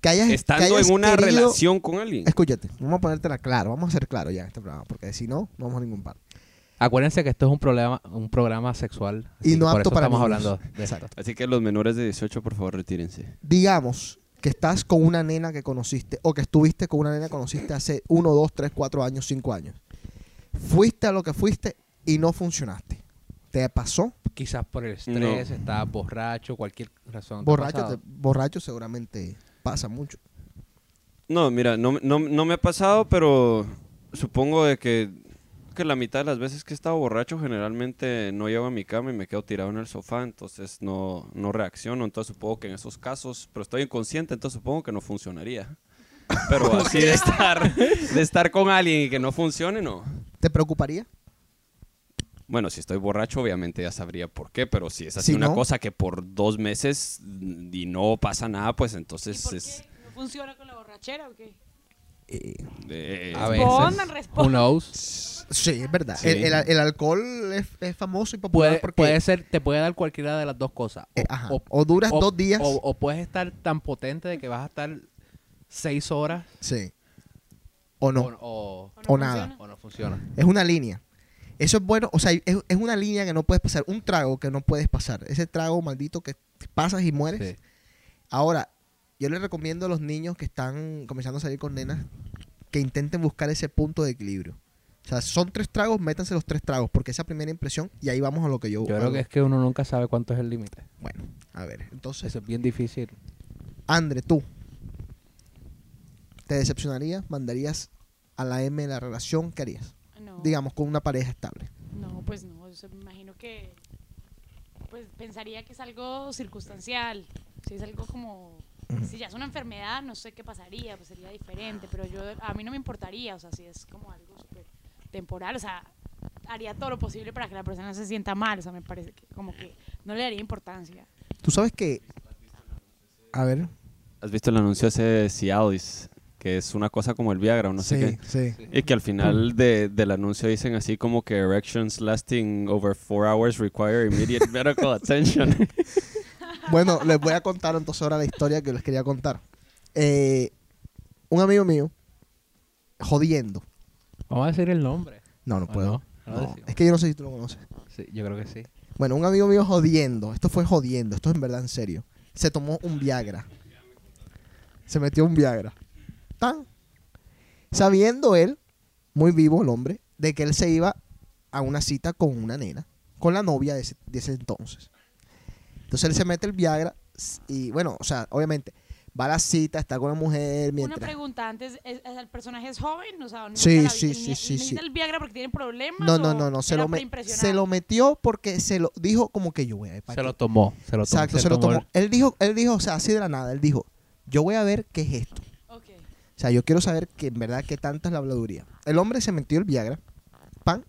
S4: Que hayas, Eh, que
S9: Estando
S4: hayas
S9: en una
S4: querido-
S9: relación con alguien.
S4: Escúchate, vamos a ponértela claro, vamos a ser claro ya en este programa, porque si no, no vamos a ningún par.
S7: Acuérdense que esto es un programa, un programa sexual. así
S4: Y
S7: que
S4: no
S7: por
S4: apto
S7: eso
S4: para
S7: estamos
S4: niños.
S7: hablando de esto.
S4: Exacto.
S9: Así que los menores de 18, por favor, retírense.
S4: Digamos que estás con una nena que conociste o que estuviste con una nena que conociste hace 1, 2, 3, 4 años, 5 años. Fuiste a lo que fuiste y no funcionaste. ¿Te pasó?
S7: Quizás por el estrés, estaba borracho, cualquier razón. ¿Te ha
S4: Borracho,
S7: pasado?
S4: te- borracho seguramente pasa mucho.
S9: No, mira, no, no, no me ha pasado, pero supongo de que, que la mitad de las veces que he estado borracho generalmente no llego a mi cama y me quedo tirado en el sofá, entonces no, no reacciono, entonces supongo que en esos casos, pero estoy inconsciente, entonces supongo que no funcionaría.
S4: [LAUGHS]
S9: Pero así de estar, de estar con alguien y que no funcione, no.
S4: ¿Te preocuparía?
S9: Bueno, si estoy borracho, obviamente ya sabría por qué, pero si es así
S4: Si
S9: una
S4: no-
S9: cosa que por dos meses mm, y no pasa nada, pues entonces
S10: ¿Y por
S9: es...
S10: qué? ¿No funciona con la borrachera o qué?
S9: Eh,
S7: A
S10: Respondan,
S7: veces. Who
S10: respondan.
S7: knows?
S4: Sí, es verdad.
S7: Sí.
S4: El, el- el alcohol es, es famoso y popular
S7: Puede,
S4: porque...
S7: puede ser, te puede dar cualquiera de las dos cosas.
S4: eh, ajá. o, duras
S7: o-
S4: dos días.
S7: O, o puedes estar tan potente de que vas a estar seis horas
S4: sí. O no.
S7: o, o-
S10: no
S4: o nada.
S10: funciona?
S7: o no funciona.
S4: Es una línea. Eso es bueno. O sea, es, es una línea que no puedes pasar. Un trago que no puedes pasar. Ese trago maldito que pasas y mueres.
S7: Sí.
S4: Ahora, yo les recomiendo a los niños que están comenzando a salir con nenas que intenten buscar ese punto de equilibrio. O sea, son tres tragos, métanse los tres tragos, porque esa primera impresión, y ahí vamos a lo que yo...
S7: Yo
S4: a
S7: creo
S4: lo-
S7: que es que uno nunca sabe cuánto es el límite.
S4: Bueno, a ver, entonces,
S7: Eso es bien difícil.
S4: Andre, tú, ¿te decepcionarías? ¿Mandarías a la M la relación? ¿Qué harías?
S10: Ah, No.
S4: Digamos, con una pareja estable.
S10: No, pues no, o sea, me imagino que pues pensaría que es algo circunstancial, si es algo como si ya es una enfermedad, no sé qué pasaría, pues sería diferente, pero yo a mí no me importaría, o sea, si es como algo súper temporal, o sea, haría todo lo posible para que la persona se sienta mal, o sea, me parece que como que no le daría importancia.
S4: Tú sabes que... A ver.
S9: ¿Has visto el anuncio ese de Cialis? Que es una cosa como el Viagra o no sé qué.
S4: sí.
S9: Y que al final de- del anuncio dicen así como que erections lasting over four hours require immediate medical attention.
S4: Bueno, les voy a contar entonces ahora la historia que les quería contar. Eh, un amigo mío, jodiendo.
S7: Vamos a decir el nombre.
S4: No, no
S7: Ah,
S4: puedo.
S7: no, no
S4: No,
S7: decimos.
S4: es que yo no sé si tú lo conoces.
S7: Sí, yo creo que sí.
S4: Bueno, un amigo mío jodiendo. Esto fue jodiendo. Esto es en verdad en serio. Se tomó un Viagra. Se metió un Viagra. Tan. Sabiendo él, muy vivo el hombre, de que él se iba a una cita con una nena, con la novia de ese, de ese entonces. Entonces él se mete el Viagra s- y bueno, o sea, obviamente, va a la cita, está con la mujer,
S10: Una
S4: mientras...
S10: pregunta antes, ¿es- es- ¿el personaje es joven? O sea, ¿no
S4: Sí,
S10: necesita la-
S4: sí,
S10: el-
S4: sí,
S10: ne-
S4: sí,
S10: necesita
S4: sí.
S10: el Viagra porque tiene problemas?
S4: No, no,
S10: o
S4: no, no, se
S10: era
S4: lo,
S10: para
S4: me-
S10: impresionar?
S4: se lo metió porque se lo dijo como que yo voy a... ir pa'
S7: Se
S4: aquí.
S7: lo tomó. Se lo tomó.
S4: Exacto, se, lo tomó. Él dijo, él dijo, o sea, así de la nada, él dijo, yo voy a ver qué es esto.
S10: Ok.
S4: O sea, yo quiero saber que en verdad qué tanta es la habladuría. El hombre se metió el Viagra, pan.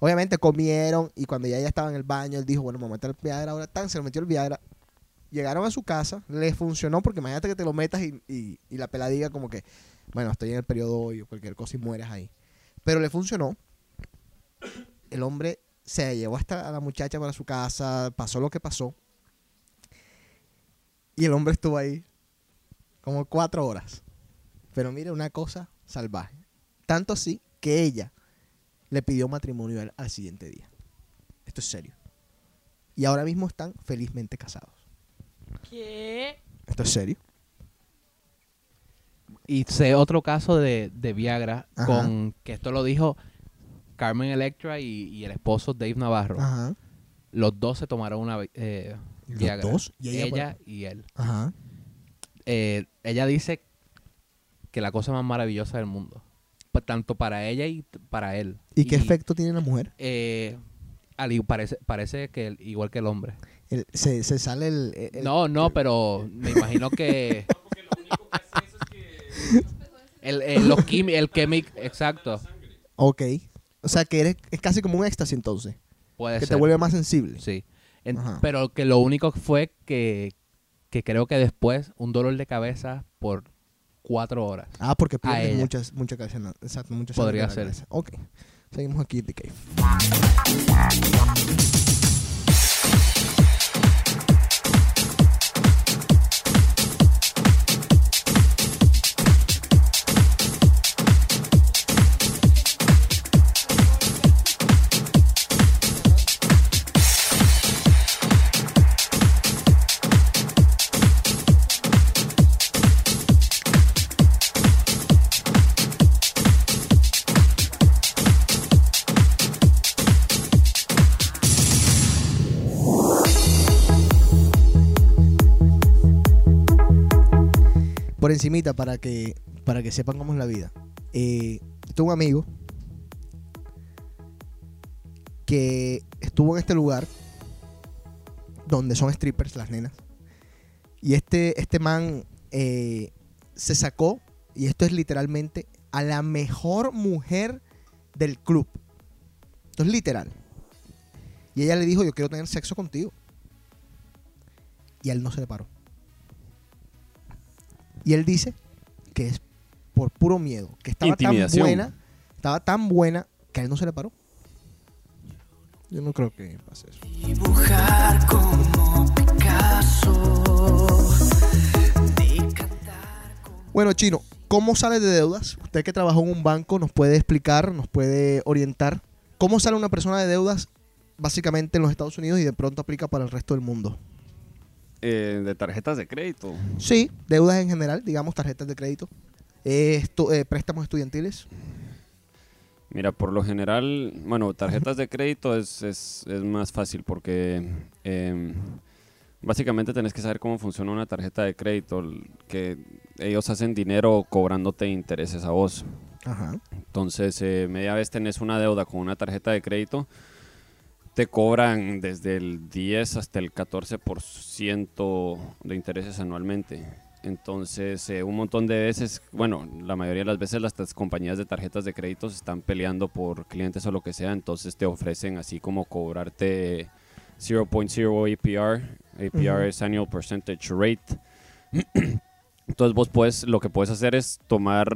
S4: Obviamente comieron y cuando ya ella estaba en el baño, él dijo, bueno, me voy a meter el Viagra ahora, tan, se lo metió el Viagra. Llegaron a su casa, le funcionó porque imagínate que te lo metas y, y- y la pela diga como que, bueno, estoy en el periodo hoy o cualquier cosa y mueres ahí. Pero le funcionó. El hombre se llevó hasta a la muchacha para su casa, pasó lo que pasó. Y el hombre estuvo ahí como cuatro horas. Pero mire, una cosa salvaje. Tanto así que ella le pidió matrimonio a él al siguiente día. Esto es serio. Y ahora mismo están felizmente casados.
S10: ¿Qué?
S4: Esto es serio.
S7: Y sé otro caso de, de Viagra
S4: Ajá.
S7: con que esto lo dijo Carmen Electra y, y el esposo Dave Navarro.
S4: Ajá.
S7: Los dos se tomaron una eh,
S4: ¿Los
S7: Viagra.
S4: dos? ¿Y
S7: ¿Y
S4: ella
S7: ella,
S4: por-
S7: y él.
S4: Ajá.
S7: Eh, ella dice que la cosa más maravillosa del mundo. pa- Tanto para ella y t- para él.
S4: ¿Y, qué efecto tiene la mujer?
S7: eh, al i- parece, parece que el- igual que el hombre.
S4: El- se, se sale el, el-
S7: no, no,
S4: eh.
S7: pero me imagino
S4: [LAUGHS]
S7: que. El, el- los quimi- el químic, exacto.
S4: Ok. O sea, que eres, es casi como un éxtasis entonces.
S7: Puede
S4: Que
S7: ser.
S4: te vuelve más sensible.
S7: Sí. En-
S4: Ajá.
S7: pero que lo único fue que, que creo que después un dolor de cabeza por cuatro horas.
S4: Ah, porque pierdes
S7: ella.
S4: muchas, mucha cabeza. no, Exacto, mucha sangre
S7: Podría
S4: en la
S7: ser.
S4: cabeza. Ok. Seguimos aquí en The Cave. por encimita para que para que sepan cómo es la vida. Eh, tuve un amigo que estuvo en este lugar donde son strippers las nenas y este este man eh, se sacó y esto es literalmente a la mejor mujer del club. Esto es literal. Y ella le dijo, yo quiero tener sexo contigo. Y a él no se le paró. Y él dice que es por puro miedo. Que estaba tan
S9: Intimidación.
S4: buena, estaba tan buena que a él no se le paró. Yo no creo que pase eso.
S8: Dibujar como Picasso.
S4: Bueno, Chino, ¿cómo sales de deudas? Usted que trabajó en un banco nos puede explicar, nos puede orientar. ¿Cómo sale una persona de deudas básicamente en los Estados Unidos y de pronto aplica para el resto del mundo?
S9: Eh, de tarjetas de crédito.
S4: Sí, deudas en general, digamos tarjetas de crédito, eh, estu- eh, préstamos estudiantiles.
S9: Mira, por lo general, bueno, tarjetas de crédito es, es, es más fácil porque em, básicamente tenés que saber cómo funciona una tarjeta de crédito, l- que ellos hacen dinero cobrándote intereses a vos.
S4: Ajá.
S9: Entonces, eh, media vez tenés una deuda con una tarjeta de crédito, te cobran desde el 10 hasta el 14% de intereses anualmente. Entonces, eh, un montón de veces, bueno, la mayoría de las veces las tas- compañías de tarjetas de crédito se están peleando por clientes o lo que sea, entonces te ofrecen así como cobrarte 0.0 APR, APR es Annual Percentage Rate, entonces vos puedes, lo que puedes hacer es tomar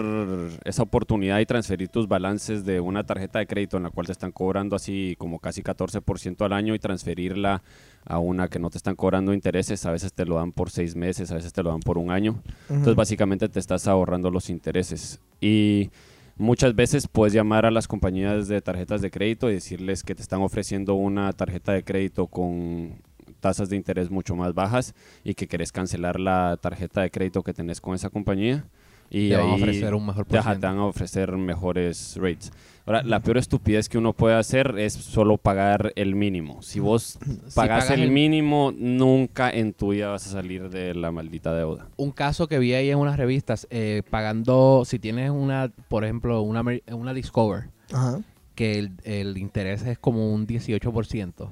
S9: esa oportunidad y transferir tus balances de una tarjeta de crédito en la cual te están cobrando así como casi 14% al año y transferirla a una que no te están cobrando intereses. A veces te lo dan por seis meses, a veces te lo dan por un año. Entonces básicamente te estás ahorrando los intereses. Y muchas veces puedes llamar a las compañías de tarjetas de crédito y decirles que te están ofreciendo una tarjeta de crédito con tasas de interés mucho más bajas y que querés cancelar la tarjeta de crédito que tenés con esa compañía. Y
S7: Te van a
S9: ahí
S7: ofrecer un mejor
S9: te- ajá,
S7: porciento.
S9: te van a ofrecer mejores rates. Ahora, la peor estupidez que uno puede hacer es solo pagar el mínimo. Si vos pagas,
S7: pagas
S9: el,
S7: el-
S9: mínimo, nunca en tu vida vas a salir de la maldita deuda.
S7: un caso que vi ahí en unas revistas, eh, pagando, si tienes una, por ejemplo, una, Amer- una Discover,
S4: Ajá.
S7: que el, el interés es como un 18%.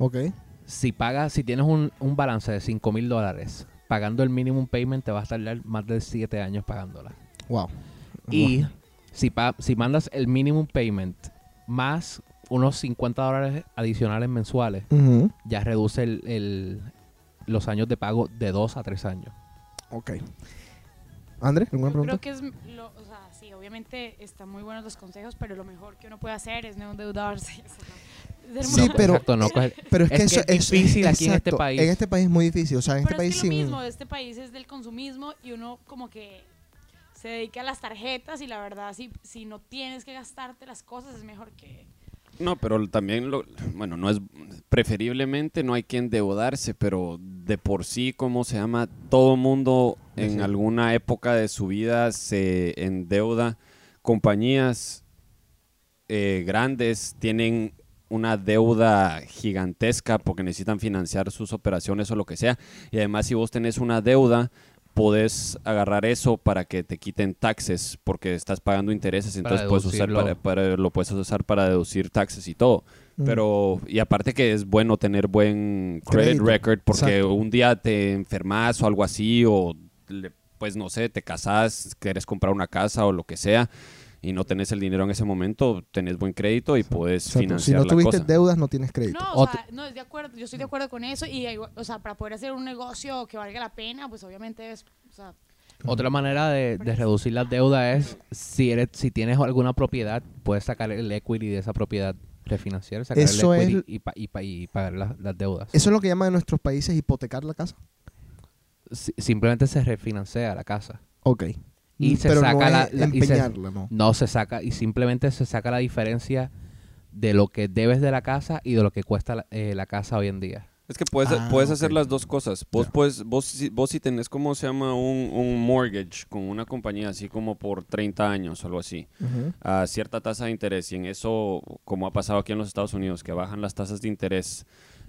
S4: Ok.
S7: Si pagas, si tienes un, un balance de 5 mil dólares, pagando el minimum payment te vas a tardar más de 7 años pagándola.
S4: Wow.
S7: Y si, pa- si mandas el minimum payment más unos 50 dólares adicionales mensuales,
S4: Ujú.
S7: ya reduce el- el- los años de pago de 2 a 3 años.
S4: Ok. André, ¿alguna
S10: Yo
S4: pregunta?
S10: creo que es, lo, o sea, sí, obviamente están muy buenos los consejos, pero lo mejor que uno puede hacer es no endeudarse. [LAUGHS] Es
S4: Sí,
S10: hermoso.
S4: pero- [LAUGHS]
S7: Exacto, no coger-
S4: Pero es, que,
S7: es
S4: eso
S7: que es difícil aquí en este
S4: exacto,
S7: país.
S4: En este país es muy difícil. O sea, en este
S10: pero
S4: país
S10: es que lo
S4: sin-
S10: mismo, este país es del consumismo y uno como que se dedica a las tarjetas y la verdad, si, si no tienes que gastarte las cosas, es mejor que...
S9: No, pero también, lo, bueno, no es preferiblemente no hay que endeudarse, pero de por sí, como se llama, todo mundo en alguna época de su vida se endeuda. Compañías eh, grandes tienen una deuda gigantesca porque necesitan financiar sus operaciones o lo que sea. Y además si vos tenés una deuda, podés agarrar eso para que te quiten taxes porque estás pagando intereses,
S7: Para
S9: entonces puedes usar para,
S7: deducirlo.
S9: para- lo puedes usar para deducir taxes y todo.
S4: Mm.
S9: Pero, y aparte que es bueno tener buen credit
S4: Crédito.
S9: record porque
S4: Exacto.
S9: un día te enfermas o algo así o le- pues no sé, te casas, quieres comprar una casa o lo que sea y no tenés el dinero en ese momento, tenés buen crédito y puedes
S4: Exacto. si
S9: financiar
S4: no
S9: la
S4: tuviste
S9: cosa.
S4: deudas, no tienes crédito.
S10: No, o
S7: Otro-
S10: sea, no, es de acuerdo, yo estoy de acuerdo con eso y, igual- o sea, para poder hacer un negocio que valga la pena, pues obviamente es, o sea,
S7: Otra manera de, de reducir las deudas es si eres, si tienes alguna propiedad, puedes sacar el equity de esa propiedad, refinanciar, sacar
S4: Eso
S7: el
S4: es-
S7: equity y, pa- y, pa- y pagar las, las deudas.
S4: Eso es lo que llaman en nuestros países hipotecar la casa.
S7: Si- simplemente se refinancia la casa.
S4: Ok.
S7: Y
S4: Mm,
S7: se
S4: pero
S7: saca
S4: no es
S7: la, la- y se-
S4: empeñarla, ¿no?
S7: No se saca y simplemente se saca la diferencia de lo que debes de la casa y de lo que cuesta la, eh, la casa hoy en día.
S9: Es que puedes,
S4: Ah,
S9: puedes
S4: ok.
S9: hacer las dos cosas. Vos, puedes, vos, si- vos si tenés, como se llama? Un, un mortgage con una compañía así como por 30 años o algo así, a cierta tasa de interés. Y en eso, como ha pasado aquí en los Estados Unidos, que bajan las tasas de interés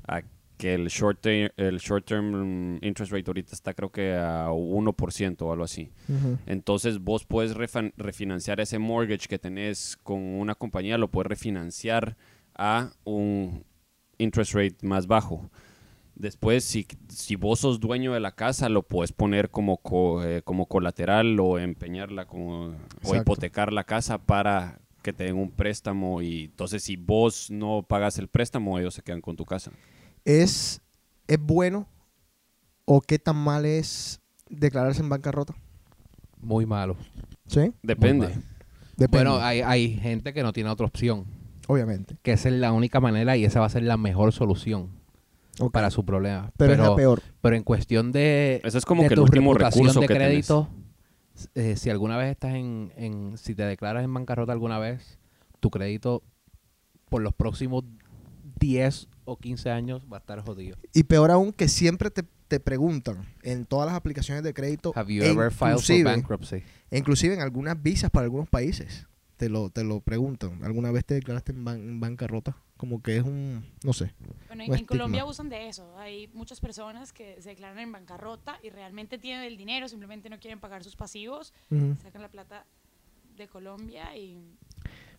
S9: a que el short, ter- el short term interest rate ahorita está creo que a 1% o algo así. Entonces vos puedes refan- refinanciar ese mortgage que tenés con una compañía, lo puedes refinanciar a un interest rate más bajo. Después, si, si vos sos dueño de la casa, lo puedes poner como, co- eh, como colateral o empeñarla como, o
S4: Exacto.
S9: hipotecar la casa para que te den un préstamo. Y entonces, si vos no pagas el préstamo, ellos se quedan con tu casa.
S4: ¿Es, ¿Es bueno o qué tan mal es declararse en bancarrota?
S7: Muy malo.
S4: Sí,
S9: Depende.
S7: Muy malo.
S4: depende.
S7: Bueno, hay, hay gente que no tiene otra opción,
S4: obviamente.
S7: que esa es la única manera y esa va a ser la mejor solución
S4: Ok.
S7: para su problema.
S4: pero, es la peor.
S7: pero en cuestión de,
S9: Ese es como
S7: de
S9: que el
S7: tu
S9: último
S7: reputación
S9: recurso
S7: de
S9: que
S7: crédito, eh, si alguna vez estás en, en- si te declaras en bancarrota alguna vez, tu crédito por los próximos 10 o 15 años va a estar jodido.
S4: Y peor aún que siempre te, te preguntan en todas las aplicaciones de crédito,
S7: Have you
S4: e
S7: ever filed for
S4: inclusive-
S7: bankruptcy?
S4: e inclusive en algunas visas para algunos países, te lo, te lo preguntan. ¿Alguna vez te declaraste en, ban- en bancarrota? Como que es un, no sé.
S10: Bueno,
S4: Un
S10: en, en Colombia
S4: estigma.
S10: abusan de eso. Hay muchas personas que se declaran en bancarrota y realmente tienen el dinero, simplemente no quieren pagar sus pasivos, sacan la plata de Colombia y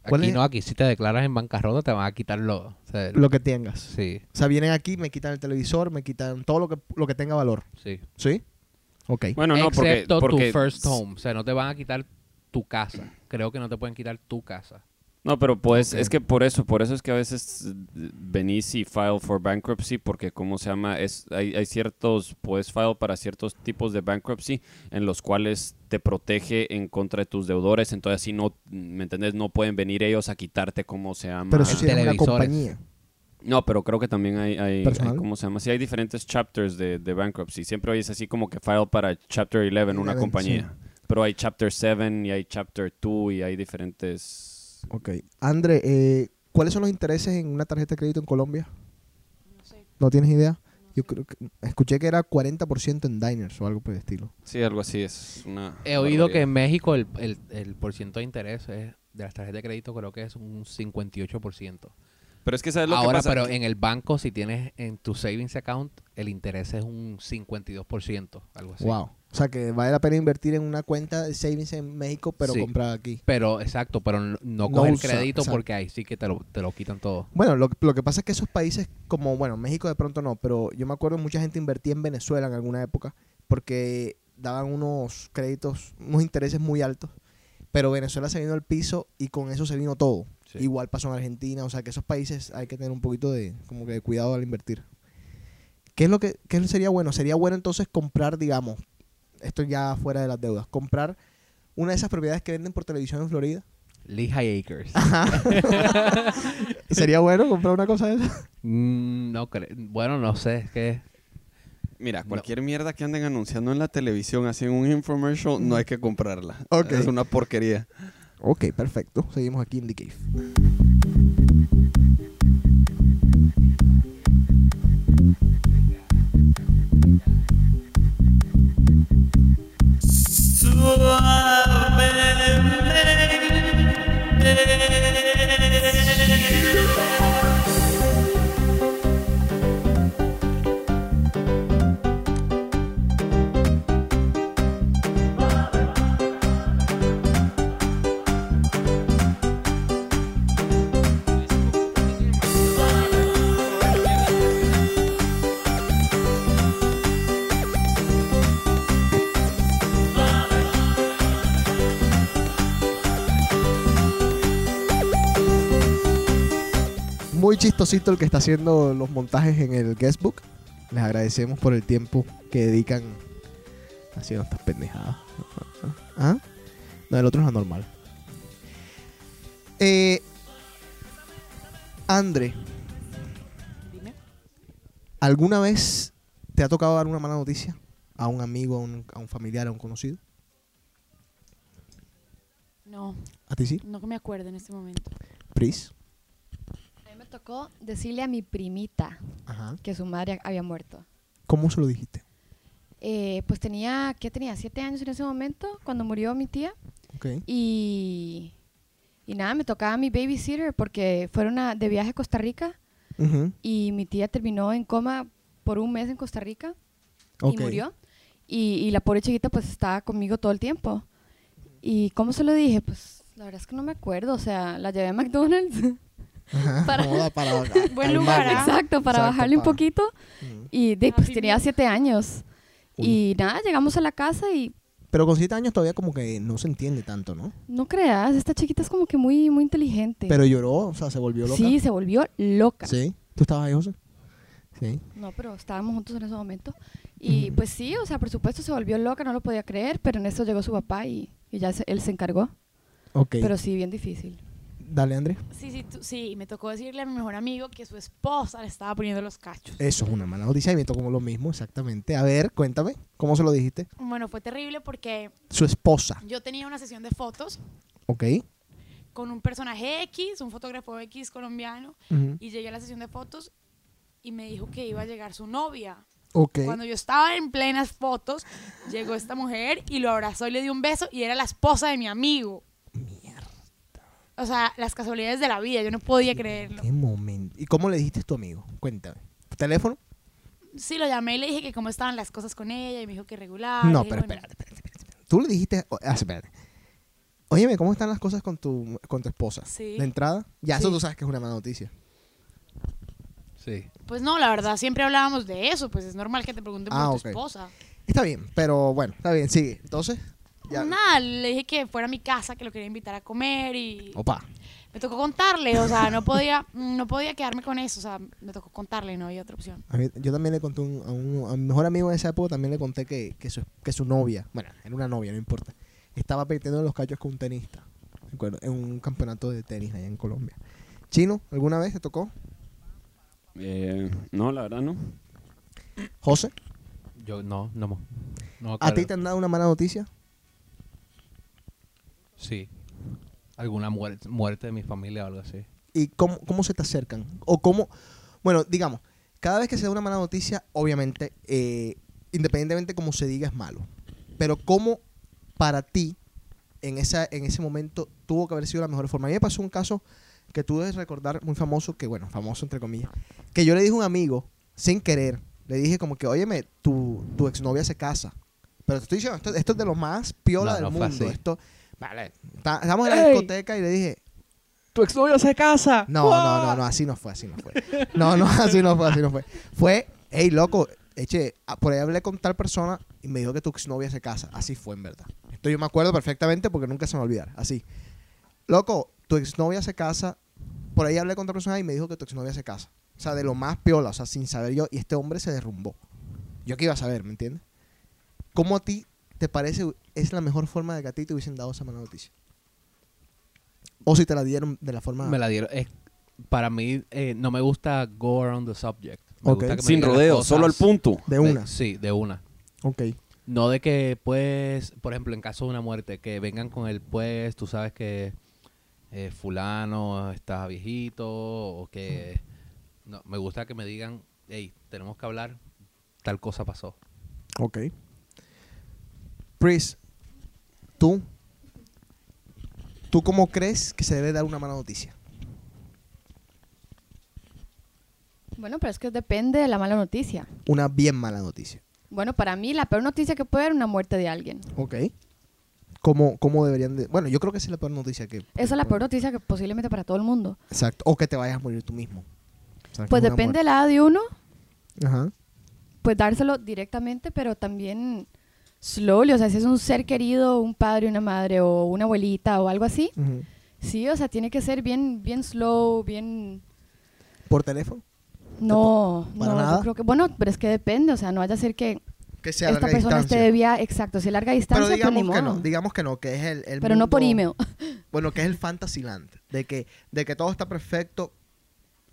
S4: ¿Cuál
S7: Aquí
S4: es-
S7: no, aquí si te declaras en bancarrota te van a quitar lo, o sea,
S4: Lo que tengas.
S7: sí,
S4: O sea, vienen aquí, me quitan el televisor, me quitan todo lo que, lo que tenga valor.
S7: sí.
S4: ¿Sí? Ok.
S9: Bueno, no, porque,
S7: Excepto
S9: porque-
S7: tu first home, o sea, no te van a quitar tu casa. Creo que no te pueden quitar tu casa.
S9: No, pero pues
S4: Ok.
S9: es que por eso, por eso es que a veces eh, venís y file for bankruptcy porque cómo se llama, es hay, hay ciertos puedes file para ciertos tipos de bankruptcy en los cuales te protege en contra de tus deudores, entonces así no me entendés, no pueden venir ellos a quitarte cómo se llama.
S4: Pero eso
S9: el-
S4: sí es una
S7: televisores.
S4: compañía.
S9: no, pero creo que también hay, hay,
S4: Personal.
S9: hay- ¿cómo se llama? Sí, hay diferentes chapters de, de bankruptcy. Siempre es así como que file para chapter 11, una
S4: 11,
S9: compañía. Pero hay chapter 7 y hay chapter 2 y hay diferentes...
S4: Ok. André, eh, ¿cuáles son los intereses en una tarjeta de crédito en Colombia?
S10: no sé.
S4: ¿No tienes idea? Yo creo que escuché que era 40% en diners o algo por el estilo.
S9: Sí, algo así es una...
S7: He oído que
S9: barbaridad.
S7: en México el, el, el porciento de interés es- de las tarjetas de crédito creo que es un 58%.
S9: Pero es que sabes lo que
S7: Ahora,
S9: pasa.
S7: pero en el banco, si tienes en tu savings account, el interés es un 52%, algo así.
S4: Wow. O sea, que vale la pena invertir en una cuenta de savings en México, pero
S7: Sí.
S4: comprada aquí.
S7: Pero, exacto, pero no,
S4: No
S7: no coger
S4: usa,
S7: crédito
S4: exacto.
S7: porque ahí sí que te lo, te lo quitan todo.
S4: Bueno, lo, lo que pasa es que esos países, como, bueno, México de pronto no, pero yo me acuerdo mucha gente invertía en Venezuela en alguna época porque daban unos créditos, unos intereses muy altos, pero Venezuela se vino al piso y con eso se vino todo.
S7: Sí.
S4: Igual pasó en Argentina, o sea que esos países hay que tener un poquito de, como que de cuidado al invertir. ¿Qué es lo que qué sería bueno? Sería bueno entonces comprar, digamos, esto ya fuera de las deudas, comprar una de esas propiedades que venden por televisión en Florida.
S7: Lehigh Acres.
S4: ¿Sería bueno comprar una cosa de esas?
S7: Mm, no cre- Bueno, no sé, es que...
S9: Mira, cualquier mierda que anden anunciando en la televisión, así en un infomercial, no hay que comprarla.
S4: Ok.
S9: Es una porquería.
S4: Ok, perfecto. Seguimos aquí en The Cave. Muy chistosito el que está haciendo los montajes en el guestbook. Les agradecemos por el tiempo que dedican haciendo estas pendejadas. [LAUGHS] ¿Ah? No, el otro es anormal. Eh, Andre,
S10: Dime.
S4: ¿alguna vez te ha tocado dar una mala noticia a un amigo, a un, a un familiar, a un conocido?
S10: No,
S4: ¿A ti sí?
S10: no que me acuerdo en este momento.
S4: ¿Pris?
S6: A mí me tocó decirle a mi primita
S4: Ajá.
S6: que su madre había muerto.
S4: ¿Cómo se lo dijiste?
S6: Eh, pues tenía, ¿qué tenía? Siete años en ese momento cuando murió mi tía.
S4: Ok.
S6: Y, y nada, me tocaba mi babysitter porque fueron a- de viaje a Costa Rica
S4: Ujú.
S6: y mi tía terminó en coma por un mes en Costa Rica
S4: Ok.
S6: y murió. Y, y la pobre chiquita pues estaba conmigo todo el tiempo. ¿Y cómo se lo dije? Pues la verdad es que no me acuerdo, o sea, la llevé a McDonald's.
S4: [LAUGHS] Ajá.
S6: [LAUGHS] Para-
S4: Joda, para
S10: Buen lugar,
S4: calmarlo.
S10: ¿ah?
S6: Exacto, para
S4: Exacto,
S6: bajarle un
S4: para-
S6: poquito.
S4: Ujú.
S6: Y de, ahí, pues
S10: Happy
S6: tenía
S10: Meal.
S6: siete años.
S4: Uy.
S6: Y nada, llegamos a la casa y
S4: Pero con siete años todavía como que no se entiende tanto, ¿no?
S6: no creas, esta chiquita es como que muy, muy inteligente.
S4: Pero lloró, o sea, se volvió loca.
S6: sí, se volvió loca.
S4: Sí. ¿Tú estabas ahí, José? Sí.
S6: No, pero estábamos juntos en ese momento. Y pues sí, o sea, por supuesto se volvió loca, no lo podía creer, pero en eso llegó su papá y, y ya se- él se encargó.
S4: Ok.
S6: Pero sí, bien difícil.
S4: Dale, André.
S10: Sí, sí, tú- sí, me tocó decirle a mi mejor amigo que su esposa le estaba poniendo los cachos.
S4: Eso es una mala noticia y me como lo mismo, exactamente. A ver, cuéntame, ¿cómo se lo dijiste?
S10: Bueno, fue terrible porque
S4: Su esposa,
S10: yo tenía una sesión de fotos
S4: ¿ok?
S10: con un personaje X, un fotógrafo X colombiano,
S4: Ujú.
S10: y llegué a la sesión de fotos y me dijo que iba a llegar su novia.
S4: Ok.
S10: Cuando yo estaba en plenas fotos, llegó esta mujer y lo abrazó y le dio un beso y era la esposa de mi amigo. O sea, las casualidades de la vida, yo no podía creerlo.
S4: ¿Qué momento? ¿Y cómo le dijiste a tu amigo? Cuéntame. ¿Teléfono?
S10: Sí, lo llamé y le dije que cómo estaban las cosas con ella y me dijo que regular.
S4: no,
S10: Le dije,
S4: pero
S10: bueno,
S4: espérate, espérate, espérate, espérate. Tú le dijiste, o- ah, espérate. Óyeme, ¿cómo están las cosas con tu, con tu esposa?
S10: Sí.
S4: ¿De entrada? Ya, eso
S10: Sí.
S4: tú sabes que es una mala noticia.
S7: Sí.
S10: Pues no, la verdad, siempre hablábamos de eso, pues es normal que te pregunten
S4: Ah,
S10: por
S4: ok.
S10: tu esposa.
S4: Está bien, pero bueno, está bien, sigue. Entonces, ya.
S10: Nada, le dije que fuera a mi casa, que lo quería invitar a comer y
S4: Opa.
S10: me tocó contarle, o sea, no podía, no podía quedarme con eso, o sea, me tocó contarle, no había otra opción.
S4: A mí- yo también le conté un- a, un, a mi mejor amigo de esa época, también le conté que, que, su, que su novia, bueno, era una novia, no importa, estaba perdiendo los cachos con un tenista, me acuerdo, en un campeonato de tenis allá en Colombia. Chino, ¿alguna vez te tocó?
S9: Eh, no, la verdad no.
S4: José,
S7: Yo no, no. mo- no
S4: ¿a ti
S7: claro.
S4: te han dado una mala noticia?
S7: Sí. Alguna muerte, muerte de mi familia o algo así.
S4: ¿Y cómo, cómo se te acercan? O cómo, bueno, digamos, cada vez que se da una mala noticia, obviamente, eh, independientemente como se diga, es malo. Pero cómo para ti, en, esa, en ese momento, tuvo que haber sido la mejor forma. A mí me pasó un caso que tú debes recordar, muy famoso, que bueno, famoso entre comillas, que yo le dije a un amigo, sin querer, le dije como que, óyeme, tu, tu exnovia se casa. Pero te estoy diciendo, esto, esto es de lo más piola
S7: No,
S4: del
S7: no fue
S4: mundo.
S7: así.
S4: Esto, vale, está- estamos en la
S7: ¡Ey!
S4: discoteca y le dije,
S7: ¡Tu exnovio se casa!
S4: no, no, no, no, así no fue, así no fue. No, [LAUGHS] no, así no fue, así no fue. Fue, hey, loco, eche, ah, por ahí hablé con tal persona y me dijo que tu exnovia se casa. Así fue, en verdad. Esto yo me acuerdo perfectamente porque nunca se me va a olvidar. Así. Loco, tu exnovia se casa. Por ahí hablé con tal persona y me dijo que tu exnovia se casa. O sea, de lo más piola, o sea, sin saber yo. Y este hombre se derrumbó. Yo qué iba a saber, ¿me entiendes? ¿Cómo a ti te parece es la mejor forma de que a ti te hubiesen dado esa mala noticia? O si te la dieron de la forma...
S7: Me la dieron. Es- para mí, eh, no me gusta go around the subject. Me
S4: Ok.
S7: gusta que me
S9: Sin
S7: digan las
S9: rodeo,
S7: cosas
S9: solo al punto.
S4: De una.
S7: sí, de una.
S4: Ok.
S7: No de que, pues, por ejemplo, en caso de una muerte, que vengan con el pues, tú sabes que eh, fulano está viejito o que... No, me gusta que me digan, hey, tenemos que hablar, tal cosa pasó.
S4: Ok. Pris, tú, ¿tú cómo crees que se debe dar una mala noticia?
S6: Bueno, pero es que depende de la mala noticia.
S4: Una bien mala noticia.
S6: Bueno, para mí la peor noticia que puede haber es una muerte de alguien.
S4: Ok. ¿Cómo, cómo deberían de...? Bueno, yo creo que esa es la peor noticia que...
S6: Esa es la peor noticia que posiblemente para todo el mundo.
S4: Exacto. O que te vayas a morir tú mismo. O sea, que
S6: Pues
S4: es una
S6: depende del lado de uno,
S4: muerte. Ajá.
S6: pues dárselo directamente, pero también slowly. O sea, si es un ser querido, un padre, una madre o una abuelita o algo así.
S4: Ujú.
S6: Sí, o sea, tiene que ser bien, bien slow, bien...
S4: ¿Por teléfono?
S6: No,
S4: ¿Para
S6: no, yo
S4: nada?
S6: creo que... Bueno, pero es que depende, o sea, no vaya a ser que
S4: Que sea
S6: esta
S4: larga
S6: persona
S4: distancia.
S6: esté de vía... Exacto, si es larga distancia,
S4: Pero
S6: pues ni
S4: digamos que
S6: modo.
S4: no, digamos que no, que es el... el
S6: pero no por
S4: mundo-
S6: email.
S4: [LAUGHS] Bueno, que es el fantasyland, de que, de que todo está perfecto,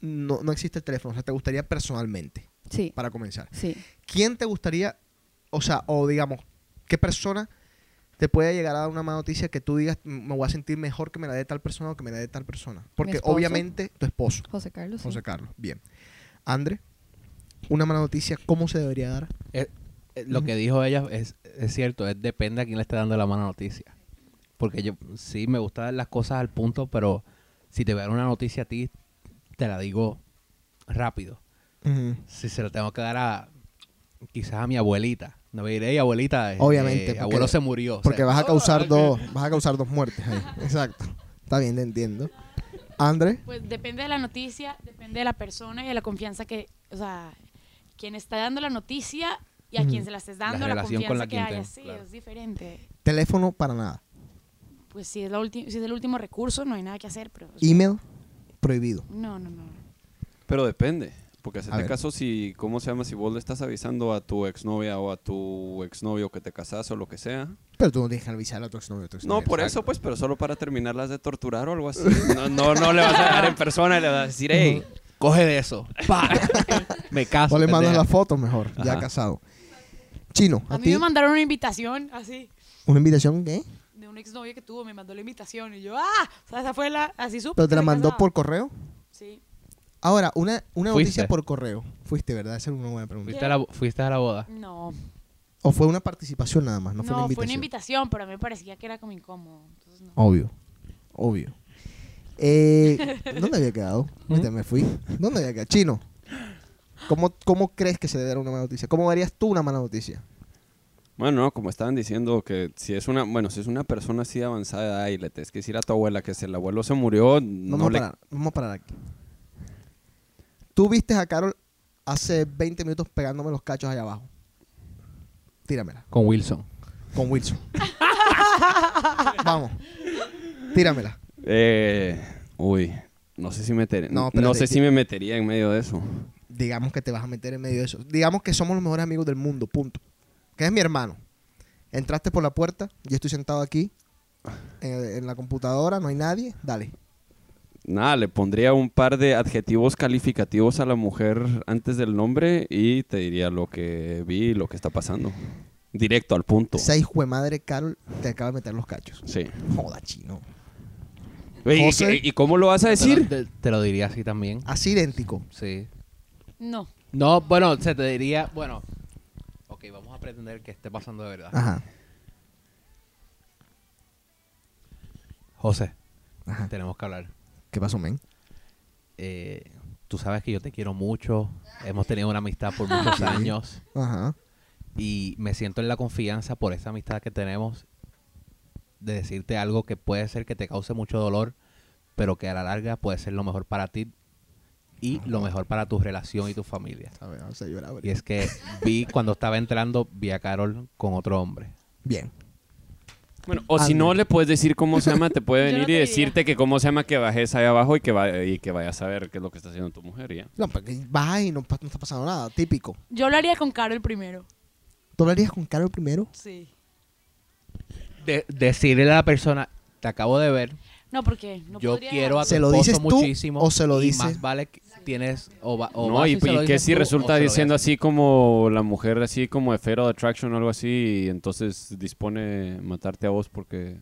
S4: no, no existe el teléfono, o sea, te gustaría personalmente,
S6: sí,
S4: para comenzar.
S6: sí.
S4: ¿Quién te gustaría, o sea, o digamos, qué persona te puede llegar a dar una mala noticia que tú digas, "M- me voy a sentir mejor que me la dé tal persona o que me la dé tal persona? Porque
S6: esposo.
S4: obviamente tu esposo,
S6: José Carlos. sí.
S4: José Carlos, bien. André, una mala noticia, ¿cómo se debería dar?
S7: Eh, eh, lo que dijo ella es, es cierto, es depende a quién le esté dando la mala noticia. Porque yo sí me gusta dar las cosas al punto, pero si te voy a dar una noticia a ti, te la digo rápido. Si se la tengo que dar a quizás a mi abuelita, no me diré, "Ey, abuelita, eh,
S4: Obviamente, porque-
S7: abuelo se murió. o
S4: Porque
S7: sea,
S4: vas a causar dos, vas a causar dos muertes ahí. Exacto. Está bien, te entiendo. André,
S10: Pues depende de la noticia, depende de la persona y de la confianza que, o sea, quien está dando la noticia y a quien se la estés dando, la,
S7: relación
S10: confianza
S7: con la
S10: que
S7: quien
S10: haya,
S7: te-
S10: sí,
S7: claro.
S10: es diferente.
S4: teléfono para nada.
S10: Pues si es, la ulti- si es el último recurso, no hay nada que hacer, pero... o sea,
S4: Email prohibido.
S10: No, no, no.
S9: Pero depende. Porque se
S4: A
S9: te
S4: ver.
S9: caso si, ¿cómo se llama? Si vos le estás avisando a tu exnovia o a tu exnovio que te casas o lo que sea.
S4: Pero tú no tienes que avisar a tu exnovio. a tu
S9: No,
S4: exnovia.
S9: por eso pues, pero solo para terminarlas de torturar o algo así. [LAUGHS] No, no, no le vas a dejar en persona y le vas a decir, hey,
S7: Coge de eso.
S4: [LAUGHS]
S7: Pa. Me caso.
S4: O le mandas
S7: Ah, pendeja.
S4: la foto mejor, ya
S9: Ajá.
S4: casado. Chino, a,
S10: A mí
S4: ti,
S10: me mandaron una invitación así.
S4: una invitación, ¿qué?
S10: De un exnovio que tuvo, me mandó la invitación. Y yo, ¡ah! O sea, esa fue la. Así supe.
S4: Pero te
S10: que
S4: la
S10: me
S4: mandó
S10: casaba.
S4: por correo.
S10: Sí.
S4: Ahora, una, una noticia
S7: Fuiste.
S4: por correo. Fuiste, ¿verdad? Esa es una buena pregunta.
S7: Fuiste a, la, fuiste a la boda.
S10: No.
S4: ¿O fue una participación nada más? No,
S10: No,
S4: fue una invitación.
S10: invitación, pero a mí me parecía que era como incómodo. Entonces, no.
S4: Obvio. Obvio.
S9: [LAUGHS]
S4: Eh, ¿Dónde había quedado?
S9: ¿Mm?
S4: Viste, me fui. ¿Dónde había quedado? Chino. ¿Cómo, ¿Cómo crees que se debe dar una mala noticia? ¿Cómo darías tú una mala noticia?
S9: Bueno, no, como estaban diciendo que si es una, bueno, si es una persona así de avanzada de edad y le tienes que decir a tu abuela que si el abuelo se murió, no,
S4: Vamos,
S9: le
S4: a parar, vamos a parar aquí. Tú viste a Carol hace 20 minutos pegándome los cachos allá abajo. Tíramela.
S7: Con Wilson.
S4: Con Wilson.
S9: [LAUGHS]
S4: vamos. Tíramela.
S9: Eh, uy, no sé si meter,
S4: No,
S9: no,
S4: espérate,
S9: sé
S4: di-
S9: si me metería en medio de eso.
S4: Digamos que te vas a meter en medio de eso. Digamos que somos los mejores amigos del mundo. Punto. Que es mi hermano. Entraste por la puerta. Yo estoy sentado aquí. eh, en la computadora. No hay nadie. Dale.
S9: Nada, le pondría un par de adjetivos calificativos a la mujer antes del nombre y te diría lo que vi, y lo que está pasando. Directo al punto.
S4: Esa hijo de madre, Carol, te acaba de meter los cachos.
S9: Sí.
S4: Joda, chino.
S9: Oye, ¿y
S4: José.
S9: qué- ¿Y, cómo lo vas a
S7: Te lo-
S9: decir?
S7: Te, te lo diría así también.
S4: Así idéntico.
S7: Sí.
S10: No.
S7: No, bueno, se te diría, bueno, ok, vamos a pretender que esté pasando de verdad.
S4: Ajá.
S7: José,
S4: Ajá.
S7: tenemos que hablar.
S4: ¿Qué pasó, men?
S7: Eh, tú sabes que yo te quiero mucho, hemos tenido una amistad por muchos años
S4: Ajá.
S7: y me siento en la confianza por esa amistad que tenemos de decirte algo que puede ser que te cause mucho dolor, pero que a la larga puede ser lo mejor para ti y lo mejor para tu relación y tu familia.
S4: A ver, vamos a llorar.
S7: Y es que vi cuando estaba entrando, vi a Carol con otro hombre.
S4: Bien.
S9: Bueno, o si no le puedes decir cómo se
S10: [LAUGHS]
S9: llama, te puede
S10: Yo no
S9: venir
S10: te
S9: y
S10: diría.
S9: decirte que cómo se llama que bajes ahí abajo y que, va- y que vayas a ver qué es lo que está haciendo tu mujer, ¿ya?
S4: No, porque vas y no, pa- no está pasando nada. Típico.
S10: Yo lo haría con Carol primero.
S4: ¿Tú hablarías con Carol primero?
S10: Sí.
S7: de- decirle a la persona, te acabo de ver,
S10: No, porque no
S7: yo
S10: podría-
S7: quiero a tu
S4: ¿Se lo
S7: esposo
S4: dices tú
S7: muchísimo.
S4: o se lo
S7: y
S4: dice?
S7: más vale que tienes o va- o
S9: no,
S7: vas
S9: y,
S7: se lo
S9: y que
S7: dices
S9: si
S7: tú, o
S9: resulta
S7: se lo
S9: diciendo
S7: dices.
S9: así como la mujer así como de Fatal Attraction o algo así, y entonces dispone matarte a vos porque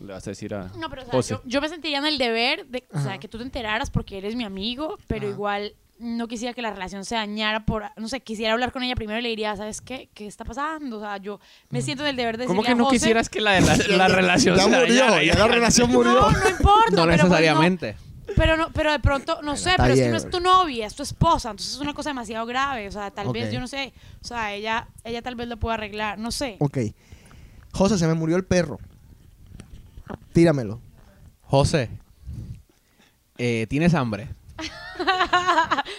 S9: le vas a decir a
S10: No, pero o sea,
S7: Pues
S9: José.
S10: yo, yo me sentiría en el deber de o sea,
S4: Ajá.
S10: que tú te enteraras porque eres mi amigo, pero
S4: Ajá.
S10: igual no quisiera que la relación se dañara por, no sé, quisiera hablar con ella primero y le diría, ¿sabes qué? ¿Qué está pasando? O sea, yo me siento en el deber de
S9: ¿Cómo
S10: decirle
S9: que
S10: a
S9: no
S10: José-
S9: quisieras que la,
S7: [LAUGHS]
S9: la, la relación
S4: Ya
S9: se
S4: murió,
S9: dañara?
S4: ya la [LAUGHS] relación murió.
S10: No, no
S7: No
S10: importa. pero pues
S7: necesariamente.
S10: no. Pero no, pero de pronto, no sé,
S4: está
S10: pero es
S4: bien.
S10: que no es tu novia, es tu esposa, entonces es una cosa demasiado grave, o sea, tal
S4: Ok.
S10: vez, yo no sé, o sea, ella, ella tal vez lo pueda arreglar, no sé.
S4: Ok. José, se me murió el perro. Tíramelo.
S7: José, eh, ¿tienes hambre?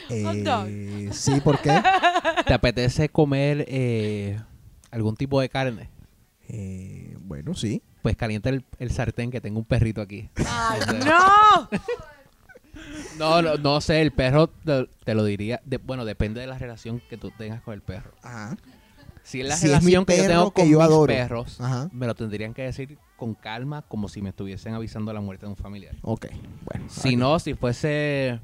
S10: Hot dog.
S4: Eh, sí, ¿por
S10: [LAUGHS]
S4: qué?
S7: ¿Te apetece comer eh, algún tipo de carne?
S4: Eh, bueno, sí.
S7: Pues calienta el, el sartén que tengo un perrito aquí.
S10: Ay,
S7: O sea,
S10: no.
S7: no, no, no sé, el perro te, te lo diría. de- bueno, depende de la relación que tú tengas con el perro.
S4: Ajá.
S7: Si es la
S4: Si es mi
S7: relación que yo
S4: perro
S7: tengo
S4: que
S7: con
S4: yo
S7: mis
S4: adoro.
S7: perros,
S4: Ajá.
S7: me lo tendrían que decir con calma, como si me estuviesen avisando de la muerte de un familiar.
S4: Ok. Bueno.
S7: Si no, si fuese...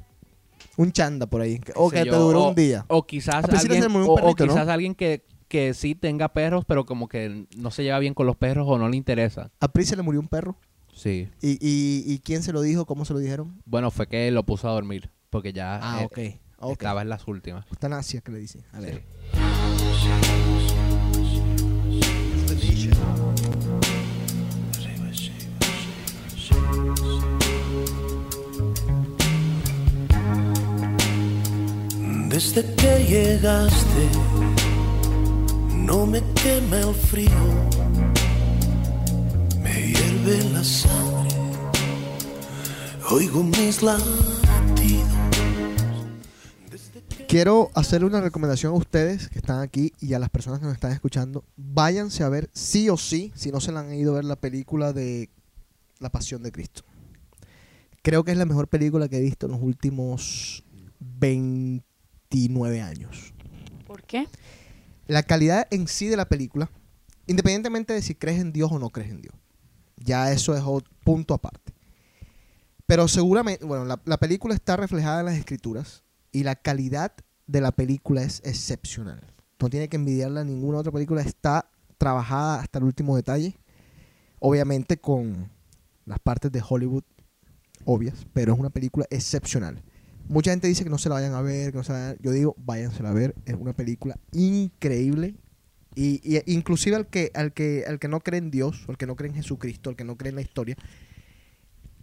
S4: Un chanda por ahí.
S7: qué
S4: O
S7: sé
S4: que te
S7: yo,
S4: duró
S7: o-
S4: un día.
S7: O quizás
S4: Al principio
S7: alguien,
S4: se murió
S7: o-
S4: un
S7: o
S4: perrito, ¿no?
S7: quizás alguien que, que sí tenga perros, pero como que no se lleva bien con los perros o no le interesa.
S4: A Pri se le murió un perro.
S7: Sí.
S4: ¿Y, y, y quién se lo dijo? ¿Cómo se lo dijeron?
S7: Bueno, fue que lo puso a dormir, porque ya
S4: Ah,
S7: eh,
S4: ok. Ok.
S7: estaba en las últimas.
S4: Eutanasia, que le dice. A ver.
S8: Desde que llegaste, no me quema el frío, me hierve la sangre, oigo mis latidos.
S4: Quiero hacerle una recomendación a ustedes que están aquí y a las personas que nos están escuchando. Váyanse a ver sí o sí, si no se la han ido a ver, la película de La Pasión de Cristo. Creo que es la mejor película que he visto en los últimos 20 29 años.
S10: ¿Por qué?
S4: La calidad en sí de la película, independientemente de si crees en Dios o no crees en Dios, ya eso es ot- punto aparte. Pero seguramente, bueno, la, la película está reflejada en las escrituras y la calidad de la película es excepcional. No tiene que envidiarla a ninguna otra película, está trabajada hasta el último detalle. Obviamente con las partes de Hollywood obvias, pero es una película excepcional. Mucha gente dice que no se la vayan a ver, que no se la vayan a ver. Yo digo, váyanse a ver. Es una película increíble. Y, y inclusive al que, al que, al que no cree en Dios, al que no cree en Jesucristo, al que no cree en la historia,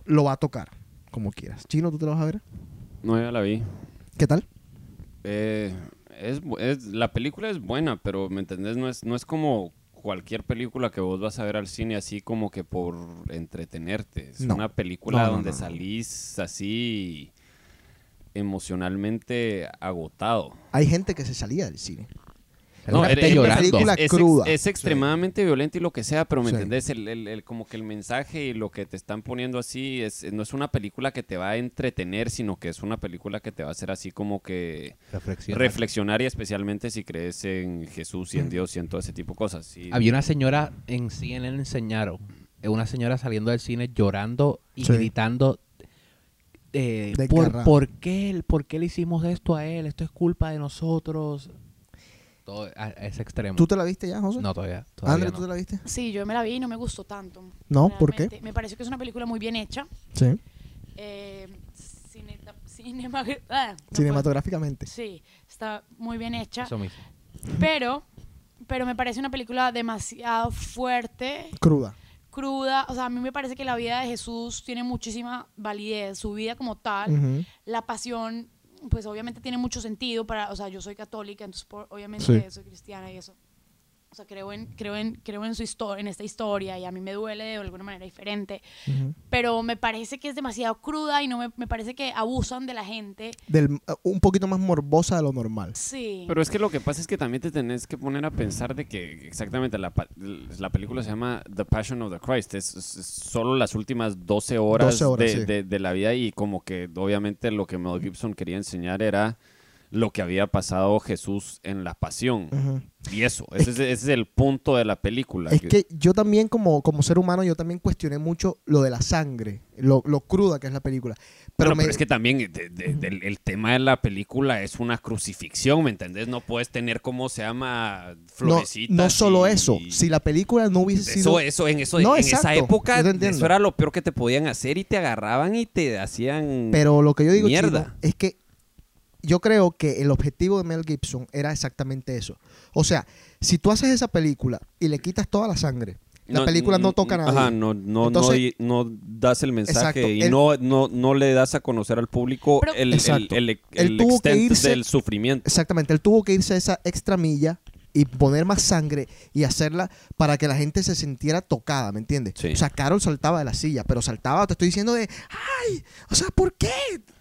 S4: lo va a tocar, como quieras. Chino, ¿tú te la vas a ver?
S9: [LAUGHS] No, ya la vi.
S4: ¿Qué tal?
S9: Eh, es, bu- es- la película es buena, pero ¿me entendés? No es, no es como cualquier película que vos vas a ver al cine así como que por entretenerte. Es
S4: No.
S9: una película
S4: No, no,
S9: donde
S4: no, no.
S9: salís así emocionalmente agotado.
S4: Hay gente que se salía del cine.
S7: Es una
S9: er-
S7: gente
S9: es-
S7: llorando.
S4: película
S9: es, es
S4: cruda.
S9: ex- es extremadamente violento y lo que sea, pero me
S4: Sí.
S9: entendés, el, el- el- como que el mensaje y lo que te están poniendo así, es, no es una película que te va a entretener, sino que es una película que te va a hacer así como que
S7: Reflexión.
S9: reflexionar y especialmente si crees en Jesús
S4: Mm.
S9: y en Dios y en todo ese tipo de cosas. Y
S7: Había una señora en CNN enseñaron, eh, una señora saliendo del cine llorando y
S4: Sí.
S7: gritando eh,
S4: Desgarrada.
S7: por, ¿por qué, él- ¿por qué le hicimos esto a él? Esto es culpa de nosotros. Todo a, a ese extremo.
S4: ¿Tú te la viste ya, José?
S7: No, todavía. todavía
S4: André,
S7: no.
S4: ¿tú te la viste?
S10: Sí, yo me la vi y no me gustó tanto.
S4: No, ¿por qué?
S10: Realmente. Me pareció que es una película muy bien hecha.
S4: Sí.
S10: Eh, cineta- cinema- [LAUGHS] ah, no
S4: Cinematográficamente.
S10: puedo- Sí, está muy bien hecha.
S7: Eso mismo.
S10: Pero, pero me parece una película demasiado fuerte,
S4: Cruda.
S10: cruda. O sea, a mí me parece que la vida de Jesús tiene muchísima validez, su vida como tal.
S4: Ujú.
S10: La pasión, pues obviamente tiene mucho sentido para, o sea, yo soy católica, entonces por- obviamente
S4: Sí.
S10: soy cristiana y eso. O sea, creo en, creo en, creo en su historia, en esta historia y a mí me duele de alguna manera diferente.
S4: Ujú.
S10: Pero me parece que es demasiado cruda y no me, me parece que abusan de la gente.
S4: Del, uh, un poquito más morbosa de lo normal.
S10: Sí.
S9: Pero es que lo que pasa es que también te tenés que poner a pensar de que exactamente la, pa- la película se llama The Passion of the Christ. Es, es- es solo las últimas 12 horas,
S4: 12 horas,
S9: de,
S4: sí.
S9: de- de la vida y como que obviamente lo que Mel Gibson quería enseñar era lo que había pasado Jesús en la pasión.
S4: Ujú.
S9: Y eso, ese, es- ese es el punto de la película.
S4: Es que yo también como, como ser humano, yo también cuestioné mucho lo de la sangre, lo, lo cruda que es la película. Pero,
S9: Bueno,
S4: me-
S9: pero es que también eh, de- de- del- el tema de la película es una crucifixión, ¿me entendés? No puedes tener, ¿cómo se llama?
S4: no,
S9: Florecitas.
S4: no solo
S9: y-
S4: eso, si la película no hubiese
S9: Eso,
S4: sido...
S9: eso, en, eso,
S4: No,
S9: en
S4: exacto,
S9: esa época,
S4: yo te entiendo.
S9: eso era lo peor que te podían hacer y te agarraban y te hacían.
S4: Pero lo que yo digo,
S9: Mierda.
S4: Chino, es que yo creo que el objetivo de Mel Gibson era exactamente eso. O sea, si tú haces esa película y le quitas toda la sangre, la
S9: No,
S4: película no
S9: n-
S4: toca nada.
S9: Ajá, no, no,
S4: Entonces-
S9: no di- no, das el mensaje
S4: Exacto,
S9: y
S4: él-
S9: no, no, no le das a conocer al público
S10: Pero-
S9: el, el-
S4: Exacto.
S9: el- el
S4: Él tuvo que
S9: extent
S4: irse-
S9: del sufrimiento.
S4: Exactamente, él tuvo que irse a esa extra milla y poner más sangre y hacerla para que la gente se sintiera tocada, ¿me entiendes?
S9: Sí.
S4: O sea, Carol saltaba de la silla, pero saltaba, te estoy diciendo de, ay, o sea, ¿por qué?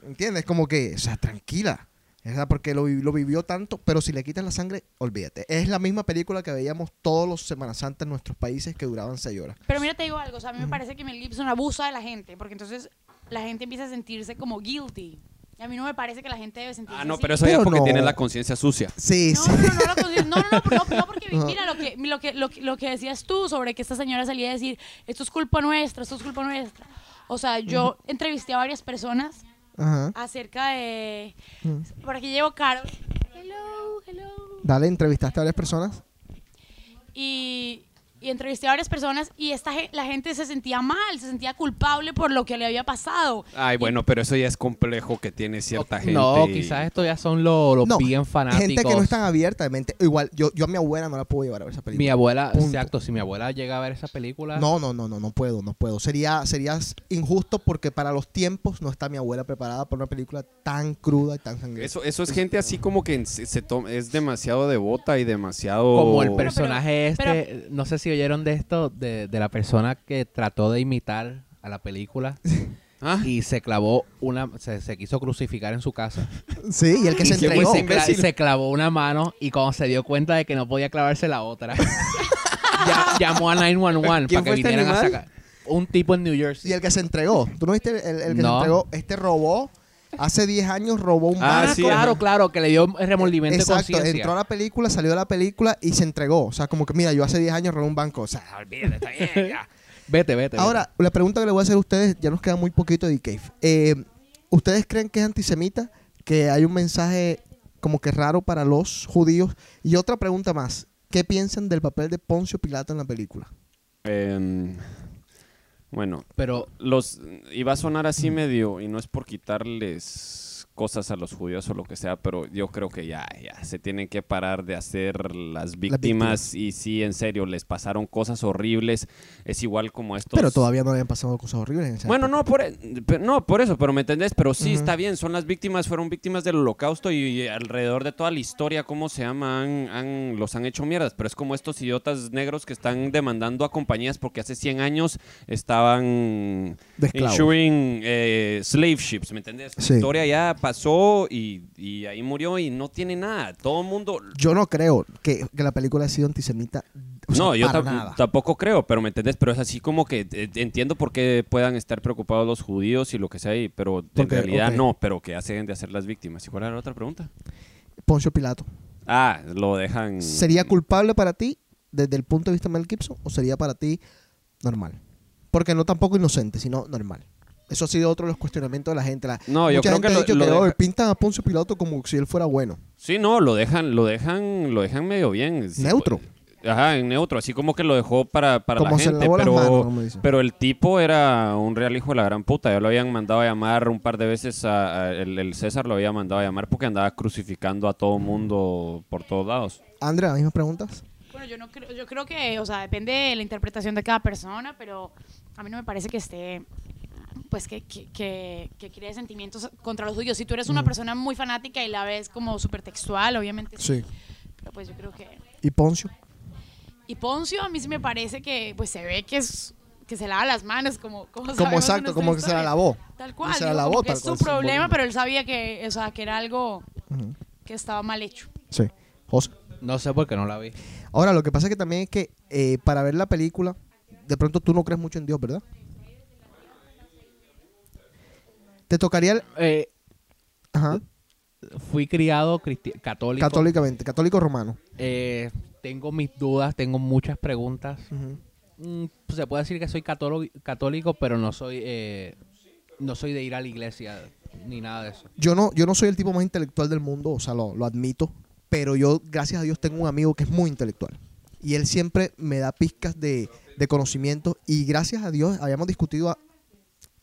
S4: ¿Entiendes? Como que, o sea, tranquila. Es verdad, porque lo, vi- lo vivió tanto, pero si le quitas la sangre, olvídate. Es la misma película que veíamos todos los Semanas Santas en nuestros países que duraban seis horas.
S10: Pero mira, te digo algo, o sea, a mí me parece que Mel Gibson abusa de la gente, porque entonces la gente empieza a sentirse como guilty. Y a mí no me parece que la gente debe sentirse
S9: Ah, no,
S10: así.
S9: pero eso ya
S4: Pero
S9: es porque
S4: no.
S9: tienes la conciencia sucia.
S4: Sí,
S10: No,
S4: sí.
S10: no, no, no, lo considero- no, no, no, no, no, porque mira lo que, lo, que, lo, que, lo que decías tú sobre que esta señora salía a decir, esto es culpa nuestra, esto es culpa nuestra. O sea, yo entrevisté a varias personas
S4: Ajá.
S10: acerca de... Por aquí llevo Carol. Hello, hello.
S4: Dale, entrevistaste a varias personas.
S10: y, y entrevisté a varias personas y esta, gen- la gente se sentía mal, se sentía culpable por lo que le había pasado.
S9: Ay, bueno, pero eso ya es complejo que tiene cierta gente.
S7: No,
S9: y-
S7: quizás estos ya son los los
S4: No,
S7: bien fanáticos.
S4: Gente que no es tan abierta de mente. Igual, yo, yo a mi abuela no la puedo llevar a ver esa película.
S7: Mi abuela,
S4: Punto.
S7: exacto, si mi abuela llega a ver esa película,
S4: No, no, no, no, no puedo, no puedo. Sería, sería injusto porque para los tiempos no está mi abuela preparada para una película tan cruda y tan sangrienta.
S9: Eso, eso es gente así como que se, se toma- es demasiado devota y demasiado.
S7: como el
S10: pero-
S7: personaje
S10: pero-
S7: este, no sé si oyeron de esto, de, de la persona que trató de imitar a la
S4: [LAUGHS]
S7: película
S9: Ah,
S7: y se clavó una, se, se quiso crucificar en su casa.
S4: Sí, y el que se
S7: Y se,
S4: entregó.
S7: se cla- se clavó una mano y cuando se dio cuenta de que no podía clavarse la otra, ya- llamó a 911
S9: ¿Quién
S7: para que
S9: fue este
S7: vinieran a
S9: animal?
S7: sacar. Un tipo en New
S4: Y
S7: Jersey.
S4: el que se entregó. ¿Tú no viste el, el que
S7: No.
S4: se entregó? Este robó hace 10 años robó un
S9: Ah,
S7: Ah,
S4: banco.
S9: sí,
S7: claro,
S9: ajá.
S7: claro, que le dio remordimiento de
S4: Exacto,
S7: conciencia.
S4: entró a la película, salió de la película y se entregó. O sea, como que mira, yo hace 10 años robé un banco. O sea,
S7: [LAUGHS] Vete, vete.
S4: ahora, la pregunta que le voy a hacer a ustedes, ya nos queda muy poquito de D-Cave. Eh, ¿Ustedes creen que es antisemita? Que hay un mensaje como que raro para los judíos. Y otra pregunta más. ¿Qué piensan del papel de Poncio Pilato en la película?
S9: Em, bueno,
S7: vete. Pero
S9: los iba a sonar
S7: Mm.
S9: así medio y no es por quitarles cosas a los judíos o lo que sea, pero yo creo que ya, ya se tienen que parar de hacer las víctimas y sí, en serio, les pasaron cosas horribles. Es igual como estos.
S4: Pero todavía no le habían pasado cosas horribles. en esa
S9: Bueno,
S4: época.
S9: no por, e, pe- no, por eso, pero me entendés, pero sí
S4: Ujú.
S9: está bien, son las víctimas, fueron víctimas del holocausto y, y alrededor de toda la historia, ¿cómo se llama? Han- han- los han hecho mierdas, pero es como estos idiotas negros que están demandando a compañías porque hace 100 años estaban
S4: De esclavos.
S9: insuring eh, slave ships, ¿me entendés? La
S4: Sí.
S9: historia ya pasó y, y ahí murió y no tiene nada, todo el mundo...
S4: Yo no creo que, que la película haya sido antisemita. o sea,
S9: no, yo
S4: para
S9: tam-
S4: nada.
S9: tampoco creo, pero me entendés, pero es así como que eh, entiendo por qué puedan estar preocupados los judíos y lo que sea, y- pero en
S4: Ok,
S9: realidad
S4: ok.
S9: no, pero que hacen de hacer las víctimas. ¿Y cuál era la otra pregunta?
S4: Poncio Pilato.
S9: Ah, lo dejan...
S4: ¿Sería culpable para ti desde el punto de vista de Mel Gibson o sería para ti normal? Porque no tampoco inocente, sino normal. Eso ha sido otro de los cuestionamientos de la gente. La,
S9: No, yo
S4: mucha
S9: creo
S4: gente
S9: que
S4: ha
S9: lo-
S4: dicho
S9: lo
S4: que
S9: deja-
S4: "Oh, pintan a Poncio Pilato como si él fuera bueno.
S9: Sí, no, lo dejan, lo dejan, lo dejan medio bien. Sí, pues,
S4: Neutro.
S9: Ajá, en neutro, así como que lo dejó para, para la
S4: Como se
S9: gente,
S4: lavó las
S9: pero,
S4: manos, como dicen.
S9: pero el tipo era un real hijo de la gran puta. Ya lo habían mandado a llamar un par de veces, a, a- el, el César lo había mandado a llamar porque andaba crucificando a todo mundo por todos lados.
S4: Andrea, las mismas preguntas.
S10: Bueno, yo no creo, yo creo que, o sea, depende de la interpretación de cada persona, pero a mí no me parece que esté, pues, que, que, que, que cree sentimientos contra los judíos. Si tú
S4: Mm.
S10: eres una persona muy fanática y la ves como súper textual, obviamente sí.
S4: Sí.
S10: Pero pues yo creo que...
S4: ¿Y Poncio?
S10: Y Poncio a mí sí me parece que, pues, se ve que es que se lava las manos como como, sabemos
S4: Como
S10: de
S4: exacto,
S10: nuestra
S4: como que se la
S10: historia.
S4: lavó.
S10: tal cual
S4: se la
S10: digo,
S4: lavó,
S10: como que
S4: tal
S10: es
S4: cual,
S10: su
S4: sin
S10: problema
S4: volumen.
S10: pero él sabía que o sea que era algo
S4: Ujú.
S10: que estaba mal hecho
S4: Sí. José.
S7: no sé por qué no la vi.
S4: Ahora, lo que pasa es que también es que eh, para ver la película, de pronto tú no crees mucho en Dios, ¿verdad? Te tocaría el...
S7: Eh,
S4: Ajá,
S7: fui criado cristi- católico.
S4: católicamente, católico romano.
S7: Eh, tengo mis dudas, tengo muchas preguntas.
S4: Ujú.
S7: Mm, pues, se puede decir que soy catolo- católico, pero no soy, eh, no soy de ir a la iglesia ni nada de eso.
S4: yo no, yo no soy el tipo más intelectual del mundo, o sea, lo, lo admito, pero yo, gracias a Dios, tengo un amigo que es muy intelectual. Y él siempre me da pizcas de, de conocimiento. Y gracias a Dios, habíamos discutido a-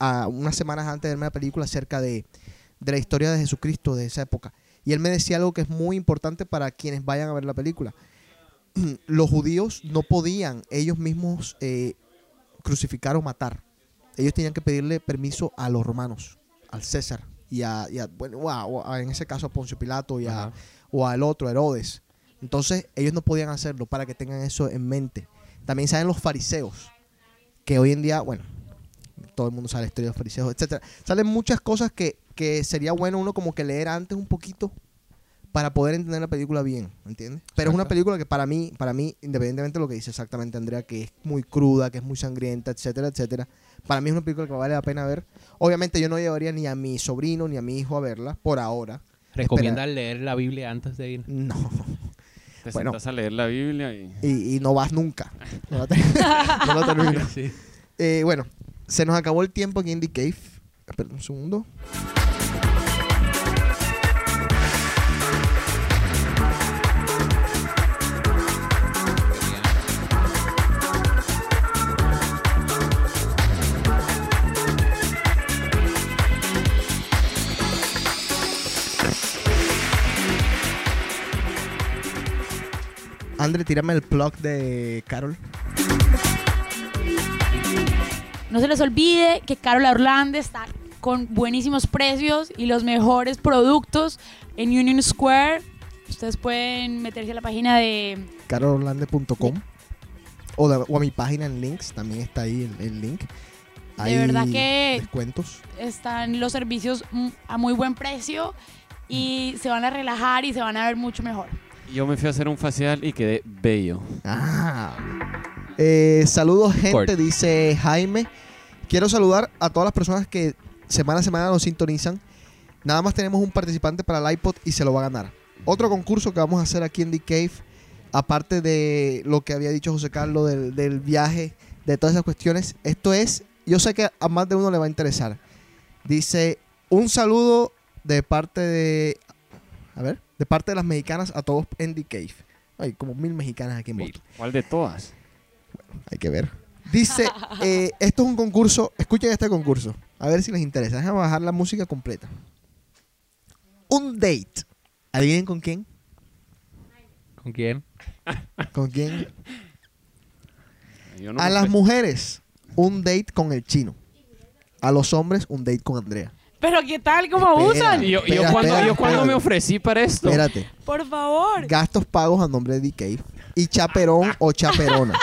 S4: a unas semanas antes de verme la película acerca de, de la historia de Jesucristo de esa época. Y él me decía algo que es muy importante para quienes vayan a ver la película. [CLEARS THROAT] Los judíos no podían ellos mismos eh, crucificar o matar. Ellos tenían que pedirle permiso a los romanos, al César y a, y a- bueno, o a- o a- en ese caso a Poncio Pilato y a,
S7: Ajá.
S4: o al otro, Herodes. Entonces ellos no podían hacerlo para que tengan eso en mente. También saben los fariseos, que hoy en día, bueno, todo el mundo sabe la historia de los fariseos, etcétera. Salen muchas cosas que, que sería bueno uno como que leer antes un poquito para poder entender la película bien, ¿entiendes? Pero es una
S7: Exacto.
S4: película que para mí, para mí, independientemente de lo que dice exactamente Andrea, que es muy cruda, que es muy sangrienta, etcétera, etcétera, para mí es una película que vale la pena ver. Obviamente yo no llevaría ni a mi sobrino ni a mi hijo a verla, por ahora.
S7: ¿Recomiendas leer la Biblia antes de ir?
S4: No.
S9: Te
S4: Bueno.
S9: sentas a leer la Biblia y...
S4: Y, y no vas nunca. No la, ter- no la terminas. Eh, bueno, se nos acabó el tiempo aquí en The Cave. Espera un segundo. André, tírame el plug de Carol.
S10: no se les olvide que Carola Orlando está con buenísimos precios y los mejores productos en Union Square ustedes pueden meterse a la página de
S4: carolorlande.com o, de- o a mi página en links, también está ahí el, el link. Hay
S10: verdad que-
S4: descuentos.
S10: están los servicios mm, a muy buen precio y se van a relajar y se van a ver mucho mejor.
S9: Yo me fui a hacer un facial y quedé bello.
S4: Ah. Eh, saludos gente,
S7: Corto.
S4: dice Jaime. Quiero saludar a todas las personas que semana a semana nos sintonizan. Nada más tenemos un participante para el iPod y se lo va a ganar. Otro concurso que vamos a hacer aquí en The Cave, aparte de lo que había dicho José Carlos del, del viaje, de todas esas cuestiones, esto es, yo sé que a más de uno le va a interesar. Dice, un saludo de parte de, a ver, de parte de las mexicanas a todos en The Cave. Hay como mil mexicanas aquí en Boston.
S11: ¿Cuál de todas?
S4: Hay que ver. Dice, eh, esto es un concurso, escuchen este concurso, a ver si les interesa. Déjame bajar la música completa. Un date. ¿Adivinen con quién?
S7: ¿Con quién?
S4: ¿Con quién?
S11: Yo no
S4: A
S11: me
S4: las
S11: sé.
S4: mujeres, un date con el chino. A los hombres, un date con Andrea.
S10: Pero ¿qué tal? ¿Cómo abusan?
S11: Y yo, y yo
S4: Espera,
S11: cuando,
S4: espera,
S11: yo cuando
S4: espera.
S11: me ofrecí para esto.
S4: Espérate.
S10: Por favor.
S4: Gastos pagos a nombre de DK. Y chaperón o chaperona.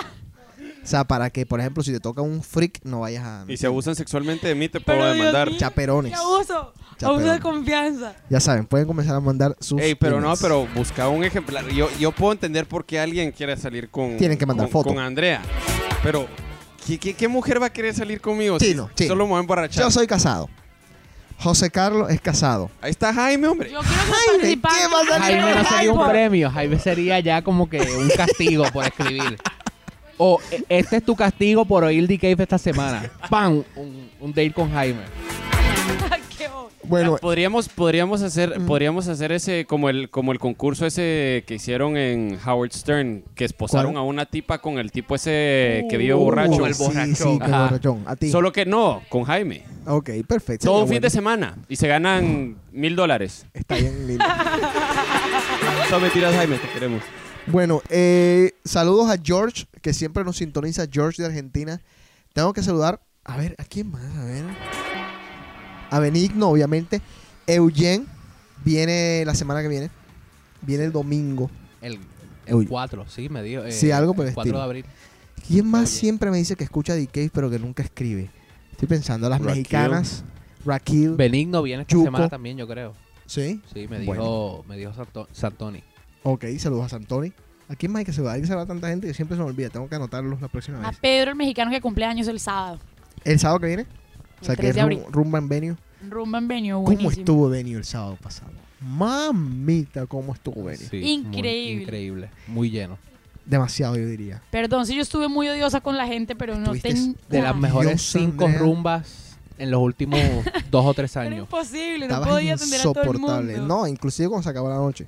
S4: O sea, para que, por ejemplo, si te toca un freak, no vayas a...
S9: Y si abusan sexualmente de mí, te
S10: Pero
S9: puedo
S10: Dios
S9: demandar.
S10: mío,
S4: Chaperones.
S10: qué abuso. Abuso
S4: Chaperones.
S10: de confianza.
S4: Ya saben, pueden comenzar a mandar sus...
S9: Ey, pero no,
S4: emails.
S9: pero busca un ejemplar. Yo, yo puedo entender por qué alguien quiere salir con.
S4: Tienen que mandar
S9: con-
S4: foto.
S9: Con Andrea. Pero, ¿qué, qué, qué mujer va a querer salir conmigo? si
S4: Chino, chino.
S9: Solo me voy a emborrachar.
S4: Yo soy casado. José Carlos es casado.
S9: Ahí está Jaime, hombre.
S10: Yo quiero que los
S4: Jaime, ¿qué
S10: participantes
S4: va a salir?
S10: escriban
S7: Jaime no sería un
S10: algo.
S7: premio, Jaime sería ya como que un castigo por escribir. O e- este es tu castigo por oír The Cave esta semana. ¡Pam! Un, un date con Jaime.
S10: Qué bo-
S4: Bueno,
S11: podríamos, podríamos hacer, podríamos hacer ese, como el, como el concurso ese que hicieron en Howard Stern, que esposaron
S4: ¿Cuál?
S11: a una tipa con el tipo ese que vive
S7: Uh,
S11: borracho.
S7: con el
S4: Sí,
S7: borrachón.
S4: sí, con el
S11: Ajá.
S4: borrachón. A ti.
S11: Solo que no, con Jaime.
S4: Ok, perfecto.
S11: Todo un
S4: Sería
S11: fin de
S4: bueno.
S11: semana. Y se ganan mil dólares.
S4: Está bien
S11: [LAUGHS]
S4: lindo.
S9: Son mentiras, Jaime, te queremos.
S4: Bueno, eh, saludos a George, que siempre nos sintoniza, George de Argentina. Tengo que saludar, a ver, ¿a quién más? A ver. A Benigno, obviamente. Eugen viene la semana que viene. Viene el domingo.
S7: El,
S4: Uy.
S7: 4, sí, me dio. eh,
S4: Sí, algo por el
S7: el 4 de
S4: estilo.
S7: abril.
S4: ¿Quién más
S7: Oye.
S4: siempre me dice que escucha DK pero que nunca escribe? Estoy pensando, las
S9: Raquel.
S4: mexicanas, Raquel.
S7: Benigno viene esta
S4: Yuko.
S7: semana también, yo creo.
S4: sí,
S7: Sí, me dijo,
S4: Bueno.
S7: me dijo Santo- Santoni.
S4: ok, saludos a Santoni. ¿A quién más hay que saludar? Hay que saludar a tanta gente que siempre se me olvida. Tengo que anotarlos la próxima
S10: A
S4: vez.
S10: Pedro, el mexicano que cumple años el sábado.
S4: ¿El sábado que viene? O
S10: Ah. El
S4: sea, que
S10: 3
S4: es
S10: de abril.
S4: rum- rumba en venue.
S10: Rumba en venue,
S4: ¿Cómo
S10: buenísimo.
S4: estuvo Benio el sábado pasado? Mamita, ¿cómo estuvo Benio?
S7: Sí, muy-
S10: Increíble.
S7: increíble. Muy lleno.
S4: Demasiado, yo diría.
S10: Perdón si yo estuve muy odiosa con la gente, pero no
S4: Estuviste
S10: ten...
S7: De las mejores
S4: Dios,
S7: cinco
S4: Andrea.
S7: rumbas en los últimos
S10: [LAUGHS]
S7: dos o tres
S10: Era
S7: años.
S10: imposible, no
S4: Estabas
S10: podía atender a todo el
S4: insoportable.
S10: mundo.
S4: No, inclusive cuando se acabó la noche.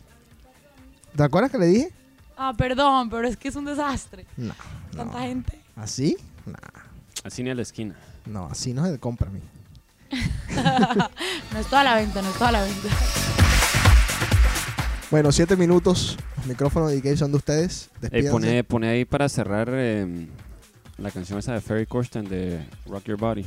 S4: ¿Te acuerdas que le dije?
S10: Ah, perdón, pero es que es un desastre.
S4: No.
S10: Tanta gente.
S4: ¿Así? Nah,
S11: Así ni a la esquina.
S4: no, así no se compra a mí.
S10: No es toda la venta, no es toda la venta. [LAUGHS]
S4: Bueno, siete minutos. Los micrófonos de DK son de ustedes.
S11: Eh,
S4: Despídanse.
S11: pone, pone ahí para cerrar eh, la canción esa de Ferry Corsten de Rock Your Body.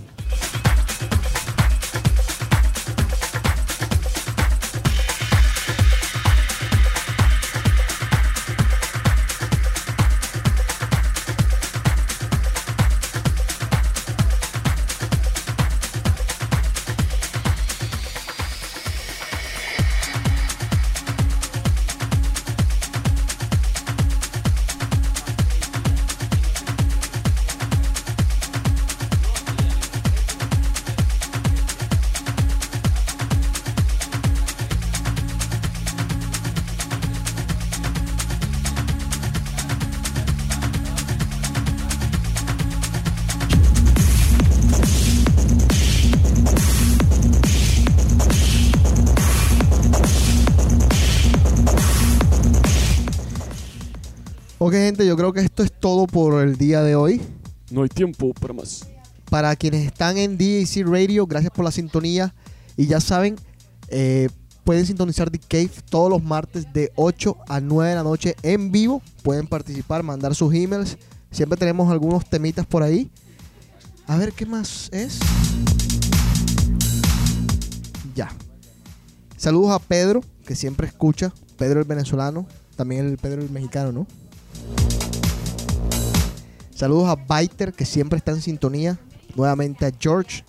S4: Ok, gente, yo creo que esto es todo por el día de hoy.
S11: No hay tiempo para más.
S4: Para quienes están en DAC Radio, gracias por la sintonía. Y ya saben, eh, pueden sintonizar The Cave todos los martes de 8 a 9 de la noche en vivo. Pueden participar, mandar sus emails. Siempre tenemos algunos temitas por ahí. A ver qué más es. Ya. Saludos a Pedro, que siempre escucha. Pedro el venezolano. También el Pedro el mexicano, ¿no? Saludos a Biter, que siempre está en sintonía. Nuevamente a George.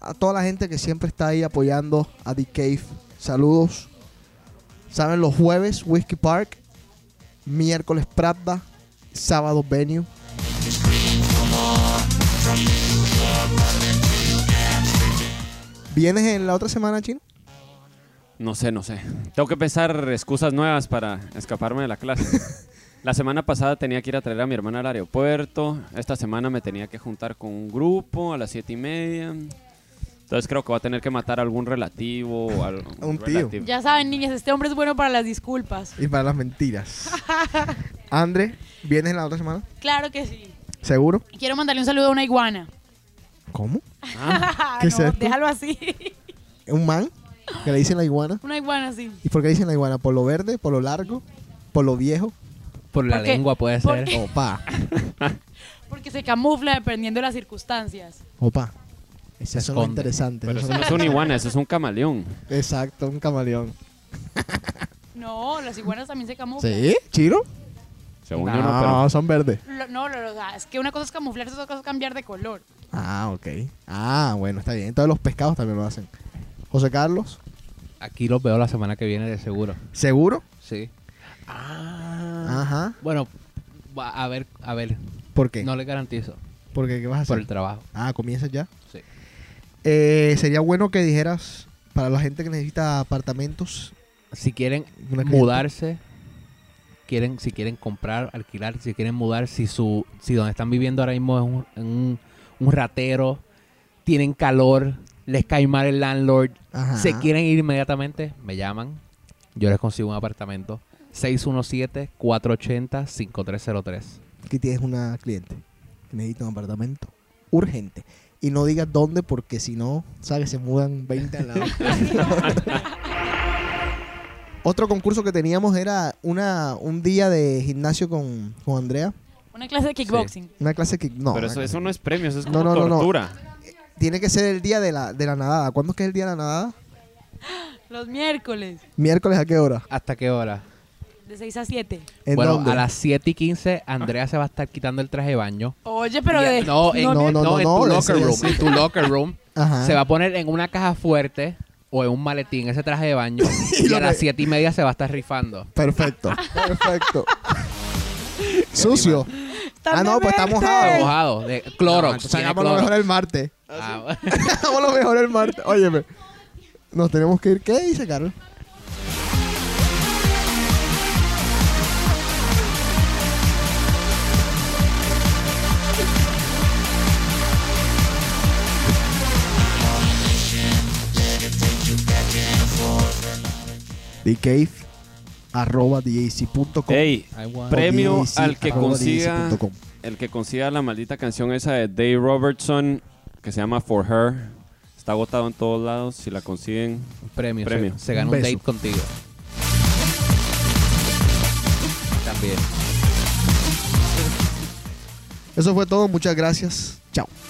S4: A toda la gente que siempre está ahí apoyando a The Cave. Saludos. Saben, los jueves, Whiskey Park. Miércoles, Pravda. Sábado, Venue. ¿Vienes en la otra semana, Chino?
S9: No sé, no sé. Tengo que pensar excusas nuevas para escaparme de la clase. la semana pasada tenía que ir a traer a mi hermana al aeropuerto. Esta semana me tenía que juntar con un grupo a las siete y media. Entonces creo que voy a tener que matar a algún relativo o al-
S4: [LAUGHS] A un tío.
S9: relativo.
S10: Ya saben, niñas, este hombre es bueno para las disculpas.
S4: Y para las [LAUGHS] mentiras. Andre, ¿vienes la otra semana?
S10: Claro que sí.
S4: ¿Seguro?
S10: Y Quiero mandarle un saludo a una iguana.
S4: ¿Cómo?
S10: Ah,
S4: [LAUGHS] ¿Qué
S10: no,
S4: es esto?
S10: déjalo así. [LAUGHS]
S4: ¿Un man? ¿Que le dicen la iguana?
S10: Una iguana, sí.
S4: ¿Y por qué le dicen la iguana? ¿Por lo verde? ¿Por lo largo? ¿Por lo viejo?
S7: Por la
S10: ¿Por qué?
S7: lengua puede
S10: ¿Por
S7: ser.
S10: qué?
S4: Opa,
S10: Porque se camufla dependiendo de las circunstancias.
S4: opa. Eso es lo
S7: esconde.
S4: interesante.
S9: Pero
S4: eso
S9: eso
S4: es
S9: no es un iguana, eso es un camaleón.
S4: lo- Exacto, un camaleón.
S10: No, las iguanas también se camuflan.
S4: ¿Sí? ¿Chiro?
S9: Según yo no, pero...
S4: Ah, son verdes.
S10: Lo- no, lo- lo- es que una cosa es camuflarse, otra cosa es cambiar de color.
S4: Ah, ok. Ah, bueno, está bien. Entonces los pescados también lo hacen. José Carlos,
S7: Aquí los veo la semana que viene de seguro.
S4: ¿seguro?
S7: Sí. Ah.
S4: Ajá.
S7: Bueno, va- a ver, a ver.
S4: ¿Por Ah. qué?
S7: No le garantizo.
S4: ¿Por qué? ¿Qué vas a hacer?
S7: Por el trabajo.
S4: Ah, comienzas ya.
S7: Sí.
S4: Eh, sería bueno que dijeras para la gente que necesita apartamentos.
S7: Si quieren
S4: Una clienta.
S7: mudarse, quieren, si quieren comprar, alquilar, si quieren mudar, si su, si donde están viviendo ahora mismo es un, en un, un ratero, tienen calor, les cae mal el landlord,
S4: Ajá.
S7: se quieren ir inmediatamente, me llaman, yo les consigo un apartamento. 617-480-5303.
S4: Aquí tienes una cliente que necesita un apartamento urgente. Y no digas dónde porque si no, sabes, se mudan 20 al
S7: [LAUGHS]
S4: lado. Otro concurso que teníamos era una, un día de gimnasio con, con Andrea.
S10: Una clase de kickboxing.
S4: Una clase que... No,
S9: Pero
S4: una
S9: eso,
S4: clase-
S9: eso no es premio, eso es
S4: No,
S9: como
S4: no, no, no.
S9: tortura.
S4: Tiene que ser el día de la, de la nadada. ¿Cuándo es que es el día de la nadada?
S10: Los miércoles,
S4: ¿Miércoles a qué hora?
S7: ¿Hasta qué hora?
S10: de 6 a 7.
S4: ¿En
S7: bueno,
S4: dónde?
S7: a las 7 y 15 Andrea se va a estar quitando el traje de baño.
S10: Oye, pero
S7: Y-
S10: de.
S7: no, en,
S4: no, no, no,
S7: en
S4: no,
S7: tu
S4: le
S7: locker
S4: sigue
S7: room.
S4: así.
S7: En tu locker room.
S4: Ajá.
S7: Se va a poner en una caja fuerte o en un maletín ese traje de baño.
S4: [LAUGHS] Y
S7: y,
S4: lo
S7: a las
S4: que-
S7: 7 y media se va a estar rifando. [LAUGHS]
S4: Perfecto, perfecto. Sucio.
S10: ¡Tan
S4: Ah, no, pues está
S10: demente!
S4: mojado.
S7: Mojado, de Clorox.
S4: Entonces,
S7: tiene
S4: hagamos lo
S7: Clorox.
S4: mejor el martes.
S7: Ah,
S4: [LAUGHS] Hagamos lo mejor el martes. Óyeme. Nos tenemos que ir. ¿Qué dice, Carlos? DCave, arroba DJC.com.
S9: Ey,
S7: I want-
S9: premio
S4: DJC,
S9: al que
S4: arroba
S9: consiga
S4: DJC.com.
S9: el que consiga la maldita canción esa de Dave Robertson que se llama For Her. Está agotado en todos lados. Si la consiguen,
S7: premio.
S9: Premio.
S7: Se, se gana
S4: Un
S7: un,
S4: beso.
S7: date contigo. También.
S4: Eso fue todo. Muchas gracias. Chao.